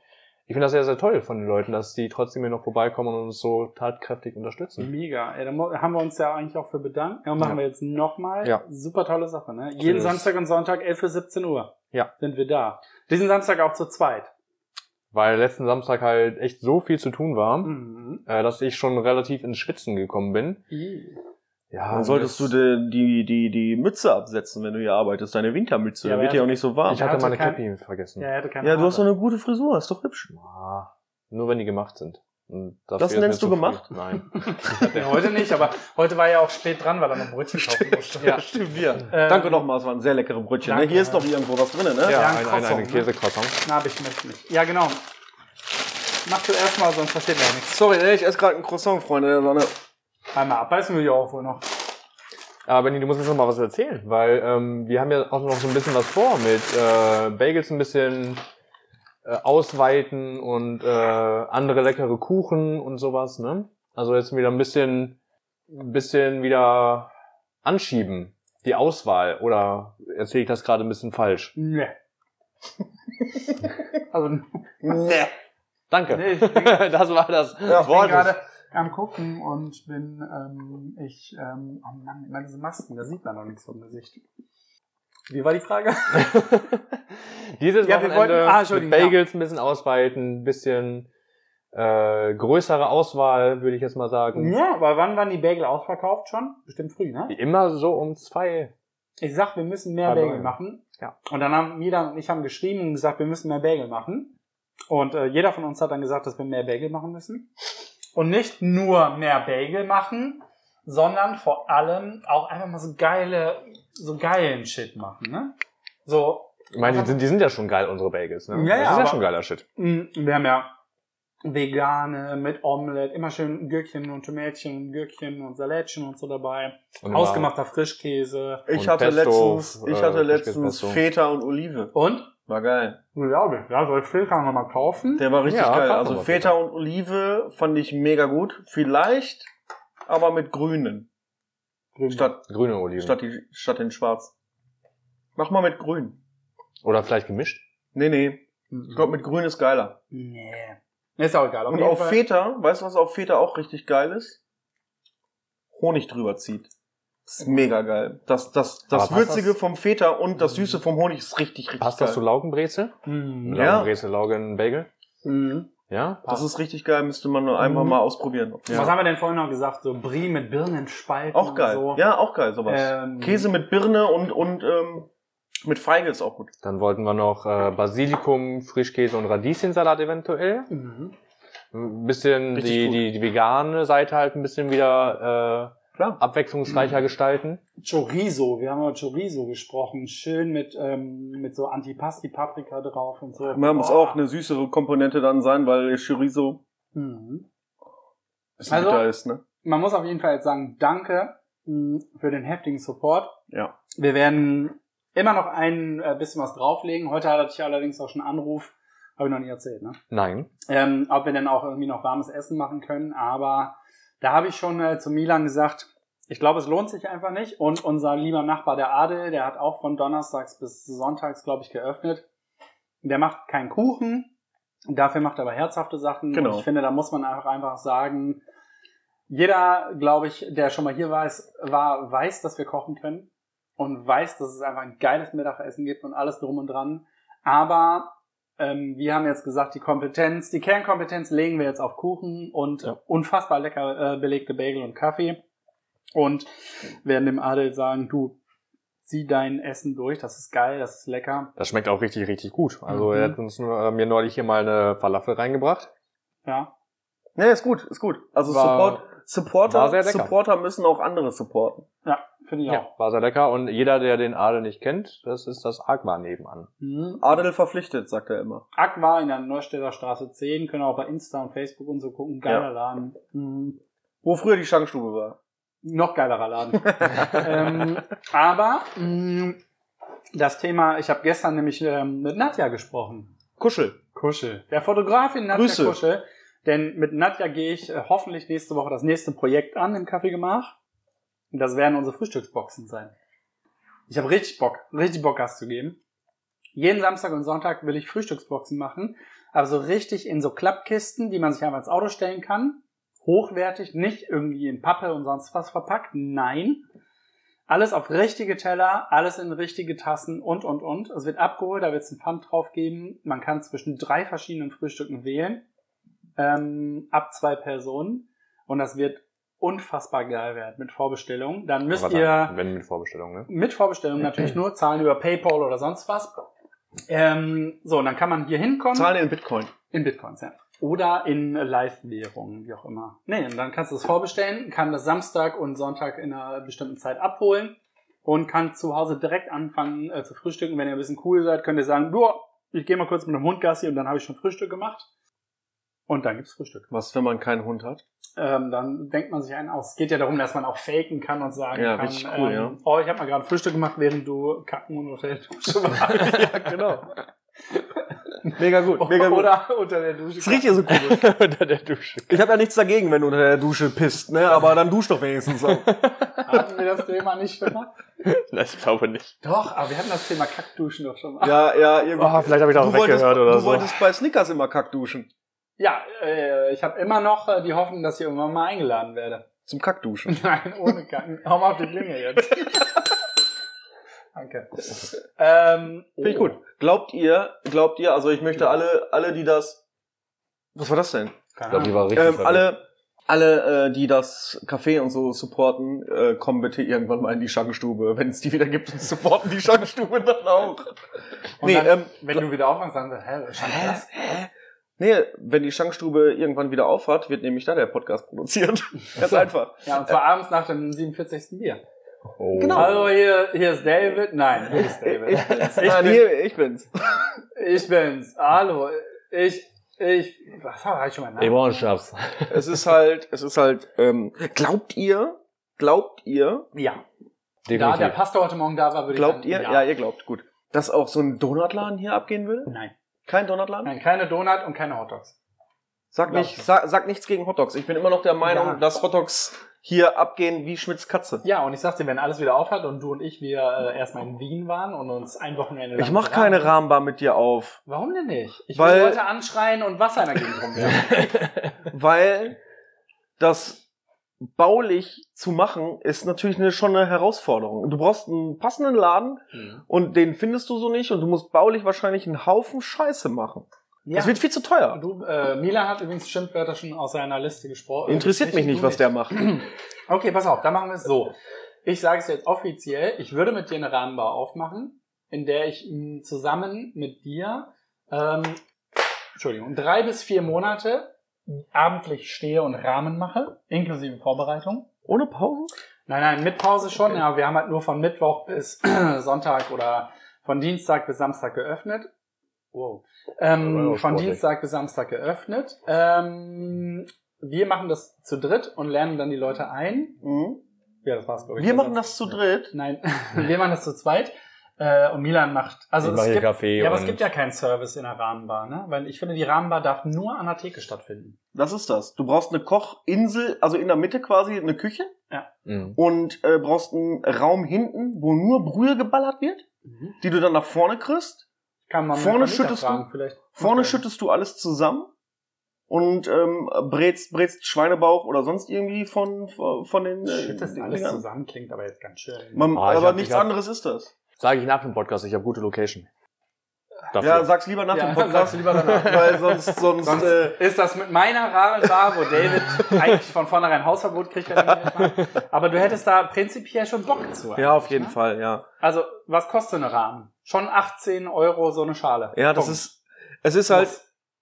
ich finde das sehr, sehr toll von den Leuten, dass die trotzdem hier noch vorbeikommen und uns so tatkräftig unterstützen.
Mhm.
Mega. Ey, da mo- haben wir uns ja eigentlich auch für bedankt. Ja, und machen
Ja.
wir jetzt nochmal.
Ja.
Super tolle Sache. Ne? Jeden
Tschüss.
Samstag und Sonntag 11 bis 17 Uhr
Ja.
sind wir da. Diesen Samstag auch zu zweit.
Weil letzten Samstag halt echt so viel zu tun war,
Mhm.
äh, dass ich schon relativ ins Schwitzen gekommen bin. Mhm.
I.
Ja,
Dann
und
solltest du
das-
die, die, die, die Mütze absetzen, wenn du hier arbeitest. Deine Wintermütze.
Ja,
Ja,
aber
wird
er-
ja auch nicht so warm.
Ich hatte
hatte
meine
kein-
Cappy vergessen.
Ja, er hatte keine
ja, du hast doch
Haare.
eine gute Frisur. Ist doch hübsch.
Ah, nur wenn die gemacht sind. Und
Das
ist mir
nennst
zu
du
viel.
gemacht?
Nein.
Nee, heute nicht, aber heute war ja auch spät dran, weil er noch Brötchen kaufen musste.
Ja.
*laughs* Stimmt, ja.
Ähm,
Danke nochmal, es waren sehr leckere Brötchen.
danke,
ne? Hier ist
ja.
noch irgendwo was drin, ne?
Ja,
Ja, ein
ein, ein,
Croissant,
ein
ne?
Käsecroissant.
Na, aber ich möchte nicht. Ja, genau. Mach du erstmal, sonst versteht man ja nichts.
Sorry, ey, ich esse gerade einen Croissant, Freunde der Sonne.
Einmal abbeißen wir ja auch wohl noch.
Aber Ah, Benni, du musst jetzt noch mal was erzählen, weil ähm, wir haben ja auch noch so ein bisschen was vor mit äh, Bagels ein bisschen äh, ausweiten und äh, andere leckere Kuchen und sowas, ne? Also jetzt wieder ein bisschen, ein bisschen wieder anschieben, die Auswahl. Oder erzähle ich das gerade ein bisschen falsch?
Nee. also,
Ne.
Danke.
nee, ich
*laughs*
bin
das war das
Ich bin
Wort.
gerade am gucken und bin, ähm, ich, ähm, oh Mann, immer diese Masken, da sieht man noch nichts vom Gesicht. Wie war die Frage?
*laughs* Dieses
Ja, wir
Wochenende
wollten- ah,
mit
Entschuldigung,
Bagels ein bisschen ausweiten, ein bisschen äh, größere Auswahl, würde ich jetzt mal sagen.
Ja, aber wann waren die Bagel ausverkauft schon? Bestimmt früh, ne?
Immer so um zwei.
Ich sag, wir müssen mehr
Hallo,
Bagel
ja.
machen.
Ja.
Und dann haben Milan und ich haben geschrieben und gesagt, wir müssen mehr Bagel machen. Und äh, jeder von uns hat dann gesagt, dass wir mehr Bagel machen müssen. Und nicht nur mehr Bagel machen, sondern vor allem auch einfach mal so geile, so geilen Shit machen, ne? So,
Ich meine, die sind, die sind ja schon geil, unsere Bagels. Ne?
Ja,
das
ja,
ist ja
aber-
schon geiler Shit.
Mm, Wir haben ja vegane mit Omelette, immer schön Gürkchen und Tomätchen und Gürkchen und Salätchen und so dabei.
Und immer-
Ausgemachter Frischkäse.
Ich
Und
hatte
Pesto,
letztens,
äh,
ich hatte
Frischkäse
letztens
Pesto.
Feta und Olive.
Und?
War geil.
Glaube ich, ja. Soll ich Filter nochmal kaufen?
Der war richtig
Ja,
geil.
kann
Also
man
Feta
machen.
und Olive fand ich mega gut. Vielleicht, aber mit grünen. Statt,
Grüne Oliven.
statt, die, statt den schwarz. Mach mal mit grün.
Oder vielleicht gemischt.
Nee, nee. Ich glaube, mit grün ist geiler.
Nee. Ist auch egal.
und
jeden
auf
Fall-
Feta, weißt du, was auf Feta auch richtig geil ist? Honig drüber zieht. Ist mega geil. Das, das,
Aber
das
passt
Würzige
das-
vom Feta und das Süße vom Honig ist richtig, richtig
Passt
geil.
das zu Laugenbrezel?
Mhm.
Ja.
Laugenbrezel, Laugenbagel.
Mhm.
Ja?
Das
Passt.
ist richtig geil, müsste man nur einmal
Mhm.
mal ausprobieren.
Was haben wir denn vorhin noch gesagt? So Brie mit Birnenspalten
Auch geil.
und so.
Ja, auch geil, sowas.
Ähm,
Käse mit Birne und, und ähm, mit Feige ist auch gut.
Dann wollten wir noch äh, Basilikum, Frischkäse und Radieschensalat eventuell.
Mhm.
Ein bisschen
Richtig
die,
gut.
die, die vegane Seite halt ein bisschen wieder äh,
Klar.
*clears throat*
abwechslungsreicher gestalten.
Chorizo, wir haben über Chorizo gesprochen. Schön mit, ähm, mit so Antipasti-Paprika drauf und so.
Man muss
Boah.
auch ne- eine süßere Komponente dann sein, weil Chorizo
Mhm.
ein bisschen
Also-
bitter ist, ne?
man muss auf jeden Fall jetzt sagen, danke mh, für den heftigen Support.
Ja.
Wir werden immer noch ein äh, bisschen was drauflegen. Heute hatte ich allerdings auch schon einen Anruf, habe ich noch nie erzählt, ne?
Nein.
Ähm, ob wir dann auch irgendwie noch warmes Essen machen können. Aber da habe ich schon äh, zu Milan gesagt, ich glaube, es lohnt sich einfach nicht. Und unser lieber Nachbar, der Adel, der hat auch von Donnerstags bis Sonntags, glaube ich, geöffnet. Der macht keinen Kuchen, dafür macht er aber herzhafte Sachen.
Genau.
Und ich finde, da muss man einfach, einfach sagen, jeder, glaube ich, der schon mal hier war, war, weiß, dass wir kochen können und weiß, dass es einfach ein geiles Mittagessen gibt und alles drum und dran. Aber ähm, wir haben jetzt gesagt, die Kompetenz, die Kernkompetenz legen wir jetzt auf Kuchen und unfassbar lecker äh, belegte Bagel und Kaffee. Und werden dem Adel sagen, du, zieh dein Essen durch, das ist geil, das ist lecker.
Das schmeckt auch richtig, richtig gut. Also er
Mhm.
hat uns nur, äh, mir neulich hier mal eine Falafel reingebracht.
Ja.
Nee, ist gut, ist gut. Also
War-
Support, Supporter,
war sehr lecker.
Supporter müssen auch andere supporten.
Ja, finde ich auch.
War sehr lecker. Und jeder, der den Adel nicht kennt, das ist das Agmar nebenan.
Mhm.
Adel verpflichtet, sagt er immer.
Aqua in der Neustädter Straße 10, können auch bei Insta und Facebook und so gucken. Geiler Laden. Mhm.
Wo früher die Schankstube war.
Noch geilerer Laden. ähm, aber mh, das Thema, ich habe gestern nämlich ähm, mit Nadja gesprochen.
Kuschel.
Kuschel. Der Fotografin Nadja
Grüße.
Kuschel. Denn mit Nadja gehe ich äh, hoffentlich nächste Woche das nächste Projekt an im Kaffeegemach. Und das werden unsere Frühstücksboxen sein. Ich habe richtig Bock, richtig Bock Gas zu geben. Jeden Samstag und Sonntag will ich Frühstücksboxen machen. Aber so richtig in so Klappkisten, die man sich einfach ins Auto stellen kann. Hochwertig, nicht irgendwie in Pappe und sonst was verpackt. Nein. Alles auf richtige Teller, alles in richtige Tassen und, und, und. Es wird abgeholt, da wird es einen Pfand drauf geben. Man kann zwischen drei verschiedenen Frühstücken wählen, ähm, ab zwei Personen. Und das wird unfassbar geil werden mit Vorbestellung. Dann müsst
Aber
ihr
dann, wenn mit Vorbestellung,
*laughs*
ne?
mit
*clears throat*
Vorbestellung natürlich nur, zahlen über PayPal oder sonst was. Ähm, so, und dann kann man hier hinkommen.
Zahlen in Bitcoin.
In Bitcoins, ja. Oder in Live-Währungen, wie auch immer. Nee, und dann kannst du es vorbestellen, kann das Samstag und Sonntag in einer bestimmten Zeit abholen und kann zu Hause direkt anfangen äh, zu frühstücken. Wenn ihr ein bisschen cool seid, könnt ihr sagen, du, ich gehe mal kurz mit dem Hund Gassi und dann habe ich schon Frühstück gemacht. Und dann gibt's Frühstück.
Was, wenn man keinen Hund hat?
Ähm, dann denkt man sich einen aus. Es geht ja darum, dass man auch faken kann und sagen
Ja,
kann,
richtig
ähm,
cool, ja.
oh, ich habe mal gerade Frühstück gemacht, während du kacken und unter der Dusche warst.
*laughs* ja,
*laughs*
genau. Mega gut, mega gut.
Oder unter der Dusche.
Es riecht hier so komisch.
Oh, *laughs* Unter der Dusche.
Ich habe ja nichts dagegen, wenn du unter der Dusche pisst, ne? Aber dann dusch doch wenigstens
*laughs*
auch.
Hatten wir das Thema nicht schon mal?
Nein, ich glaube nicht.
Doch, aber wir hatten das Thema Kackduschen doch schon mal.
Ja, ja, irgendwie.
Oh, vielleicht habe ich da auch weggehört oder
du
so.
wolltest bei Snickers immer kack duschen.
Ja, äh, ich habe immer noch äh, die Hoffnung, dass ich irgendwann mal eingeladen werde. *laughs*
Zum Kackduschen.
Nein, ohne Kacken. Hau mal auf die Klinge
*laughs*
jetzt. Danke. Ähm,
Finde
Oh.
ich gut. Glaubt ihr, glaubt ihr, also ich möchte alle, alle, die das. Was war das denn?
Keine
Ich glaube, die
Ahnung.
war richtig.
Ähm,
verrückt.
alle, alle, äh, die das Café und so supporten, äh, kommen bitte irgendwann mal in die Schankenstube. Wenn es die wieder gibt, supporten die Schankenstube *laughs* dann auch.
Und
nee,
dann,
ähm,
wenn du wieder aufwachst, dann sagst du, hä, schon das?
Nee, wenn die Schankstube irgendwann wieder auf hat, wird nämlich da der Podcast produziert. *laughs*
*laughs*
Ganz einfach.
Ja, und zwar abends nach dem 47. Bier.
Oh.
genau.
Also hier, hier ist David. Nein, hier
*laughs*
ist David.
Ich bin's.
Ich
Nein,
bin-
hier, ich bin's.
Ich bin's. Hallo. Ich, ich, was habe ich schon mal Namen?
Revanche-Schnaps.
Es ist halt, es ist halt, ähm, glaubt ihr, glaubt ihr,
Ja. Da
*laughs*
der
Definitiv.
Pastor heute Morgen da war, würde
glaubt
ich
ihr,
sagen,
ja. ihr glaubt, gut, dass auch so ein Donutladen hier abgehen würde?
Nein.
Kein Donutladen?
Nein, keine Donut und keine Hotdogs.
Sag,
Glaub
nicht,
ich.
sag, sag nichts gegen Hotdogs. Ich bin immer noch der Meinung,
Ja.
dass Hotdogs hier abgehen wie Schmitz Katze.
Ja, und ich sag dir, wenn alles wieder aufhat und du und ich wir äh, erstmal in Wien waren und uns ein Wochenende. lang
Ich mach
Rahmen-
keine Rahmenbar mit dir auf,
Warum denn nicht? Ich
Weil-
will Leute anschreien und Wasser in der Gegend rumwerfen.
weil das baulich zu machen ist natürlich eine, schon eine Herausforderung. Du brauchst einen passenden Laden
Hm.
und den findest du so nicht und du musst baulich wahrscheinlich einen Haufen Scheiße machen.
ja.
Das wird viel zu teuer.
du, äh, Milan hat übrigens Schimpfwörter schon aus seiner Liste gesprochen.
Interessiert mich nicht,
du
was der macht.
*clears throat* Okay, pass auf, dann machen wir es so. Ich sage es jetzt offiziell, ich würde mit dir eine Rahmenbar aufmachen, in der ich mh, zusammen mit dir, ähm, Entschuldigung, drei bis vier Monate abendlich stehe und Rahmen mache, inklusive Vorbereitung.
Ohne Pause?
Nein, nein, mit Pause schon, ja, wir haben halt nur von Mittwoch bis *clears throat* Sonntag oder von Dienstag bis Samstag geöffnet. Wow.
Aber
Ähm,
auch
von
sportlich.
Dienstag bis Samstag geöffnet. Ähm, wir machen das zu dritt und lernen dann die Leute ein.
Mhm.
Ja, das war's, glaube ich.
Wir machen das zu dritt.
Nein, *laughs* wir machen das zu zweit. Äh, und Milan macht. Also
ich
es
mache hier
gibt,
Kaffee
ja, aber
und
es gibt ja keinen Service in der Rahmenbar, ne? Weil ich finde, die Rahmenbar darf nur an der Theke stattfinden.
Das ist das. Du brauchst eine Kochinsel, also in der Mitte quasi eine Küche
Mhm.
und äh, brauchst einen Raum hinten, wo nur Brühe geballert wird, die du dann nach vorne kriegst.
Kann man
Mhm. Vorne
mal Vermieter
schüttest du-
fragen, vielleicht.
Vorne
Okay.
schüttest du alles zusammen und ähm, brätst, brätst Schweinebauch oder sonst irgendwie von, von den. äh,
Schüttest
Dingern.
alles zusammen, klingt aber jetzt ganz schön.
Man,
Ah, ich
aber
hab- ich
nichts
hab-
anderes ist das.
Sage ich nach dem Podcast, ich habe gute Location.
Ja, sag's lieber nach
Ja,
dem Podcast,
*laughs* sag's lieber danach.
weil sonst, sonst,
Sonst
äh,
ist das mit meiner raren Bar, wo
*laughs*
David eigentlich von vornherein Hausverbot kriegt, wenn er nicht macht. aber du hättest da prinzipiell schon Bock zu.
ja, auf jeden
ne?
Fall, ja.
Also, was kostet eine Rahmen? Schon 18 Euro so eine Schale.
Ja, das
Punkt.
ist, es ist halt,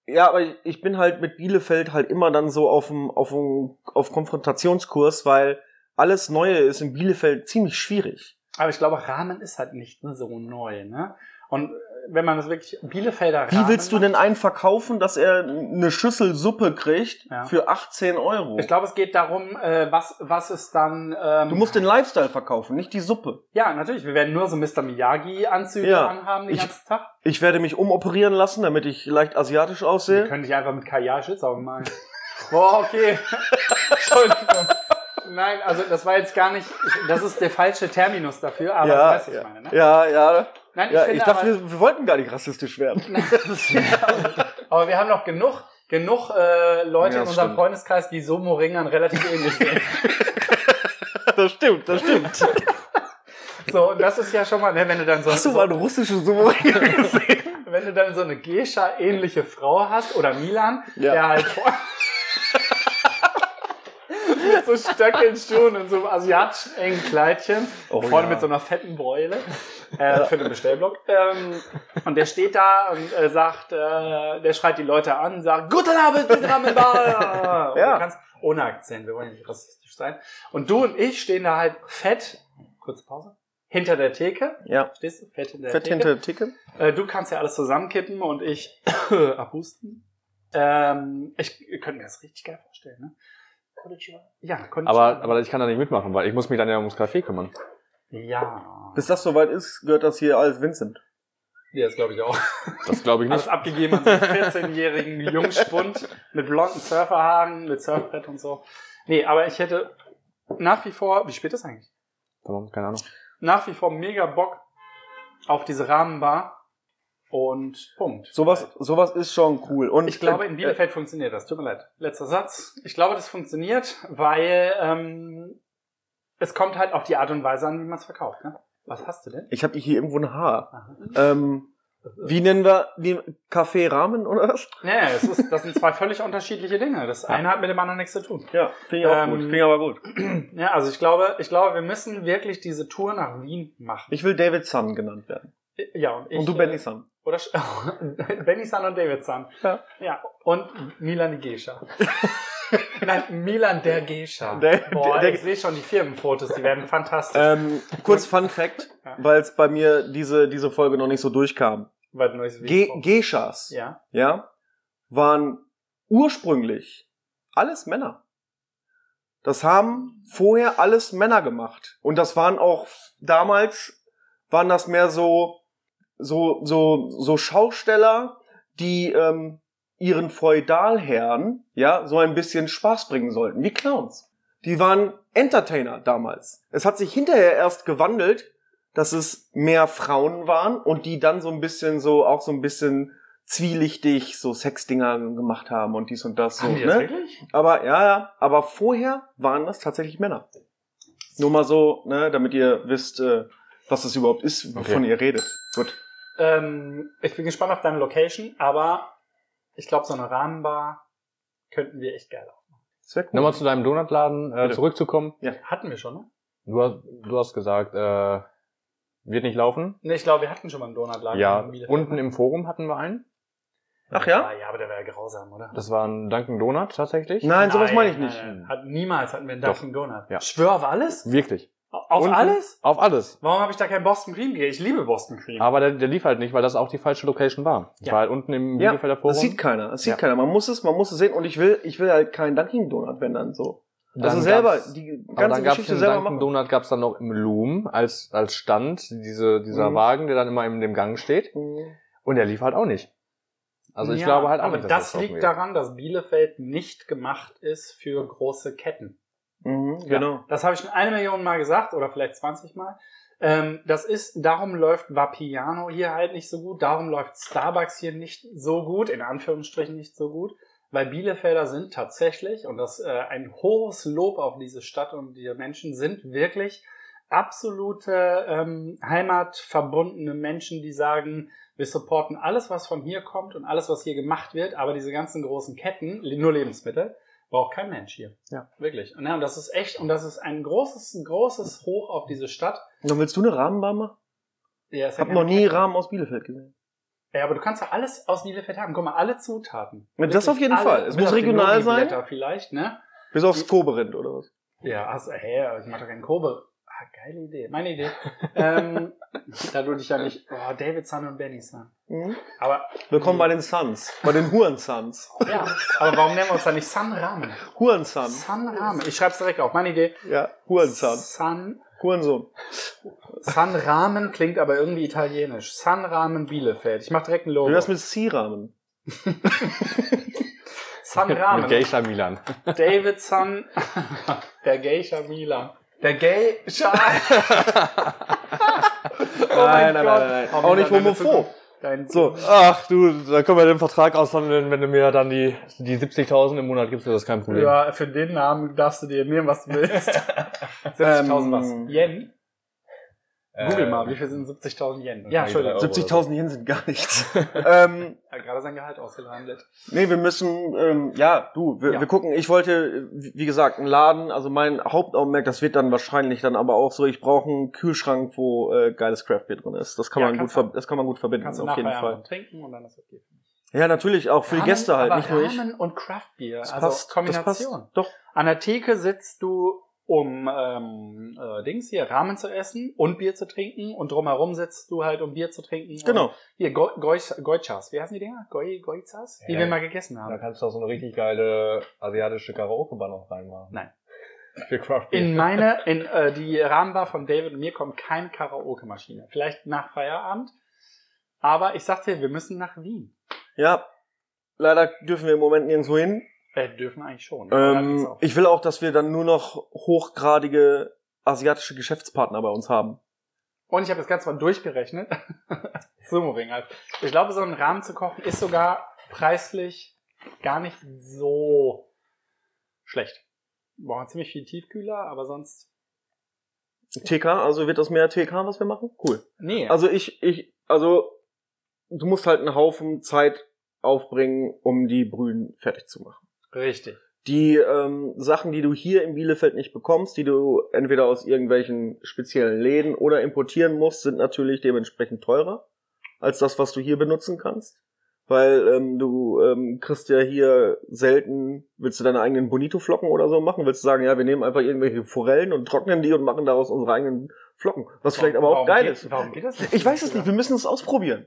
ja, aber ich, ich bin halt mit Bielefeld halt immer dann so auf dem, auf dem, auf Konfrontationskurs, weil alles Neue ist in Bielefeld ziemlich schwierig.
Aber ich glaube, Rahmen ist halt nicht so neu, ne? Und äh, wenn man das wirklich Bielefelder
Wie
Rahmen
willst du
macht-
denn einen verkaufen, dass er eine Schüssel Suppe kriegt
Ja.
für 18 Euro?
Ich glaube, es geht darum, äh, was was ist dann. Ähm,
Du musst den Lifestyle verkaufen, nicht die Suppe.
ja, natürlich. Wir werden nur so Mr. Miyagi Anzüge
Ja.
anhaben den
Ich-
ganzen Tag.
Ich werde mich umoperieren lassen, damit ich leicht asiatisch
Wir
aussehe.
können dich einfach mit Kajar Schützaugen
*laughs*
malen. Boah, okay. *laughs* Entschuldigung. Nein, also das war jetzt gar nicht. Das ist der falsche Terminus dafür. Aber du weißt, was ich meine, ne?
ja, ja,
Nein,
ja. Ich
finde
dachte,
aber-
wir, wir wollten gar nicht rassistisch werden.
Aber wir haben noch genug, genug äh, Leute
Ja,
in
das
unserem
stimmt.
Freundeskreis, die so Moringern relativ ähnlich
*laughs*
sind.
*laughs* Das stimmt, das stimmt.
*laughs* So, und das ist ja schon mal, ne, wenn du dann so,
Hast du
so
mal eine russische Sumo
*laughs*
gesehen?
wenn du dann so eine Gescha-ähnliche Frau hast oder Milan,
Ja.
der halt vor *laughs* mit so stöckeln Schuhen und so einem asiatischen engen Kleidchen,
Oh
vorne
ja.
mit so einer fetten Beule äh, für den Bestellblock. Ähm, und der steht da und äh, sagt, äh, der schreit die Leute an, sagt, Guten Abend, guten Abend, da. Und
Ja.
du kannst, ohne Akzent, wir wollen ja nicht rassistisch sein. Und du und ich stehen da halt fett, kurze Pause, hinter der Theke.
Ja.
Stehst du? Fett hinter der
Fett
Theke.
hinter Ticket.
Äh, du kannst ja alles zusammenkippen und ich *coughs* abhusten. Ähm, ich könnte mir das richtig geil vorstellen. Ne? Ja, Konnichiwa.
Aber, aber ich kann da nicht mitmachen, weil ich muss mich dann ja ums Café kümmern.
ja.
Bis das soweit ist, gehört das hier alles Vincent.
ja, das glaube ich auch.
Das glaube ich
Alles
nicht.
abgegeben an so
*laughs*
einen 14-jährigen Jungspund mit blonden Surferhaaren, mit Surfbrett und so. Nee, aber ich hätte nach wie vor, wie spät ist eigentlich?
Pardon, Keine Ahnung.
Nach wie vor mega Bock auf diese Rahmenbar und Punkt.
Sowas, sowas ist schon cool. Und äh,
Ich glaube, *laughs* in Bielefeld funktioniert das. Tut mir leid. Letzter Satz. Ich glaube, das funktioniert, weil ähm, es kommt halt auf die Art und Weise an, wie man es verkauft. Ne? Was hast du denn?
Äh, ich habe hier irgendwo ein Haar.
Aha.
Ähm, wie nennen wir die Kaffee Rahmen oder was?
Nee, es ist, das sind zwei völlig unterschiedliche Dinge. Das eine hat mit dem anderen nichts zu tun.
Ja,
ich
finde
auch gut. Finde ich
aber gut.
Ja, also ich glaube, ich glaube, wir müssen wirklich diese Tour nach Wien machen.
Ich will David Sun genannt werden.
Ja, und ich.
Und du
äh,
Benny Sun.
Oder Sch- *laughs* Benny San und David San.
Ja.
ja. Und Milan die Geisha. *laughs* Nein, Milan der Äh, Geisha.
Der-
Boah,
der-
ich sehe schon die Firmenfotos, die *laughs* werden fantastisch.
Ähm, kurz Fun Fact,
Ja.
weil es bei mir diese, diese Folge noch nicht so durchkam.
Warte, neues
Ge
Video.
Geishas, ja.
Ja.
waren ursprünglich alles Männer. Das haben vorher alles Männer gemacht. Und das waren auch damals, waren das mehr so, so, so, so Schausteller, die ähm, ihren Feudalherren, ja, so ein bisschen Spaß bringen sollten, wie Clowns. Die waren Entertainer damals. Es hat sich hinterher erst gewandelt, dass es mehr Frauen waren und die dann so ein bisschen so, auch so ein bisschen zwielichtig so Sexdinger gemacht haben und dies und das so,
Haben die das
ne?
wirklich?
Aber ja, ja, aber vorher waren das tatsächlich Männer. Nur mal so, ne, damit ihr wisst, äh, was das überhaupt ist, wovon ihr redet. Gut.
Ähm, ich bin gespannt auf deine Location, aber ich glaube, so eine Rahmenbar könnten wir echt geil auf.
Das wäre cool.
Nochmal zu deinem Donutladen äh,
Bitte.
zurückzukommen.
Hatten wir schon, ne?
Du hast, du hast gesagt, äh, wird nicht laufen.
Ne, ich glaube, wir hatten schon mal einen Donutladen.
Ja,
in Bielefeld.
unten im Forum hatten wir einen.
Ach ja?
Ja, aber der wäre ja grausam, oder?
Das war ein Dunkin' Donut tatsächlich.
Nein, sowas meine ich
nein,
nicht.
nein. Hat, niemals hatten wir einen
Doch.
Dunkin' Donut.
Ja.
Schwör auf alles?
Wirklich.
Auf
Unten-
alles?
Auf alles.
Warum habe ich da kein Boston Cream Bier? Ich liebe Boston Cream.
Aber der, der lief halt nicht, weil das auch die falsche Location war. Ich
Ja.
war halt unten im
Ja,
Bielefelder Forum.
Das sieht keiner, das sieht
Ja.
keiner. Man muss es, man muss es sehen und ich will, ich will halt keinen Dunkin' Donut, wenn dann so.
Dann
Also selber,
gab's-
die
aber
ganze
dann gab's
Geschichte
den
selber
Dunkin'
machen.
Donut gab's dann noch im Loom als, als Stand, diese, dieser
Mhm.
Wagen, der dann immer in dem Gang steht.
Mhm.
Und der lief halt auch nicht. Also ich
Ja,
glaube halt auch
aber
nicht, dass
das
laufen
liegt
wird.
daran, dass Bielefeld nicht gemacht ist für große Ketten.
Mhm, genau.
Das habe ich schon eine Million Mal gesagt oder vielleicht 20 Mal. Ähm, das ist, darum läuft Vapiano hier halt nicht so gut, darum läuft Starbucks hier nicht so gut, in Anführungsstrichen nicht so gut, weil Bielefelder sind tatsächlich, und das äh, ein hohes Lob auf diese Stadt und die Menschen, sind wirklich absolute ähm, heimatverbundene Menschen, die sagen, wir supporten alles, was von hier kommt und alles, was hier gemacht wird, aber diese ganzen großen Ketten, nur Lebensmittel, braucht kein Mensch hier.
Ja.
Wirklich. Und, ja, und das ist echt, und das ist ein großes, ein großes Hoch auf diese Stadt.
Dann willst du eine Rahmenbahn machen?
Ja, es
Ich hab
hat
noch
keine
nie
Ketten.
Rahmen aus Bielefeld gesehen.
Ja, aber du kannst ja alles aus Bielefeld haben. Guck mal, alle Zutaten.
Ja, das auf jeden Fall. Es muss
bis auf die
regional sein.
Loriblätter vielleicht, ne?
Bis aufs Koberind oder was?
Ja, hast du, hä, ich mache doch keinen Kobe. Ah, geile Idee. Meine
*laughs*
Idee. ähm, da du dich ja nicht, oh, David Sun und Benny Sun.
Mhm.
Aber,
Willkommen bei den Suns. Bei den Huren Suns.
ja, aber warum nennen wir uns da nicht Sun Ramen?
Huren Sun.
Sun Ramen. Ich schreib's direkt auf. Meine Idee.
Ja, Huren Sun.
Sun,
Hurensohn.
Sun Ramen klingt aber irgendwie italienisch. Sun Ramen Bielefeld. Ich mach direkt ein
Du
Logo.
hast mit C-Rahmen.
*laughs* Sun
Mit
Ramen.
Geisha Milan.
David
*laughs*
Sun. Der Geisha Milan. Der
*laughs*
Geisha. Oh
nein, nein, nein, nein. Auch nicht homophob.
Dein
So.
Ach du, da können wir den Vertrag aushandeln, wenn du mir dann die, die 70.000 im Monat gibst, ist das kein Problem.
Ja, für den Namen darfst du dir nehmen, was du
*laughs*
willst. 70.000
Ähm,
was? Yen?
Äh,
Äh,
Google mal, wie viel sind 70.000 Yen? Ja, Entschuldigung.
70.000 Yen sind gar
*laughs*
nichts. ähm,
Er hat gerade sein Gehalt ausgehandelt.
nee, wir müssen, ähm, ja, du, wir,
Ja.
wir gucken. Ich wollte, äh, wie gesagt, einen Laden, also mein Hauptaugenmerk, das wird dann wahrscheinlich dann aber auch so, ich brauche einen Kühlschrank, wo äh, geiles Craftbeer drin ist. Das kann,
Ja,
man, gut
kannst
ver das kann man gut verbinden,
Kannst du
auf jeden
nachher
Fall.
Fall. trinken und dann ist okay.
Ja, natürlich, auch für die Gäste halt,
aber
nicht nur ich.
Ramen und Craftbier,
Das
also
passt,
Kombination.
Das passt. Doch,
An der Theke sitzt du, um ähm, äh, Dings hier, Ramen zu essen und Bier zu trinken und drumherum sitzt du halt, um Bier zu trinken. Und
genau.
hier, Go- Goiz- Goichas, wie heißen die Dinger? Goi, Goichas? Die
Ja.
wir mal gegessen haben.
Da kannst du auch so eine richtig geile asiatische Karaoke-Bar noch reinmachen.
Nein.
Für Craft Beer.
In meine, in äh, die Rahmenbar von David und mir kommt keine Karaoke-Maschine. Vielleicht nach Feierabend. Aber ich sagte, wir müssen nach Wien.
Ja, leider dürfen wir im Moment nirgendwo hin.
Äh, dürfen eigentlich schon.
Ähm,
Allerdings auch.
ich will auch, dass wir dann nur noch hochgradige asiatische Geschäftspartner bei uns haben.
und ich habe das Ganze mal durchgerechnet. *laughs* Sumo-Ring halt. Ich glaube, so einen Rahmen zu kochen ist sogar preislich gar nicht so schlecht. Wir brauchen ziemlich viel Tiefkühler, aber sonst.
TK, also wird das mehr TK, was wir machen? Cool.
Nee.
Also ich, ich, also du musst halt einen Haufen Zeit aufbringen, um die Brühen fertig zu machen.
richtig.
Die ähm, Sachen, die du hier in Bielefeld nicht bekommst, die du entweder aus irgendwelchen speziellen Läden oder importieren musst, sind natürlich dementsprechend teurer als das, was du hier benutzen kannst. Weil ähm, du ähm, kriegst ja hier selten, willst du deine eigenen Bonito-Flocken oder so machen? Willst du sagen, ja, wir nehmen einfach irgendwelche Forellen und trocknen die und machen daraus unsere eigenen Flocken? Was vielleicht aber auch
Warum
geil
geht-
ist.
Warum geht das nicht?
Ich weiß es nicht, wir müssen es ausprobieren.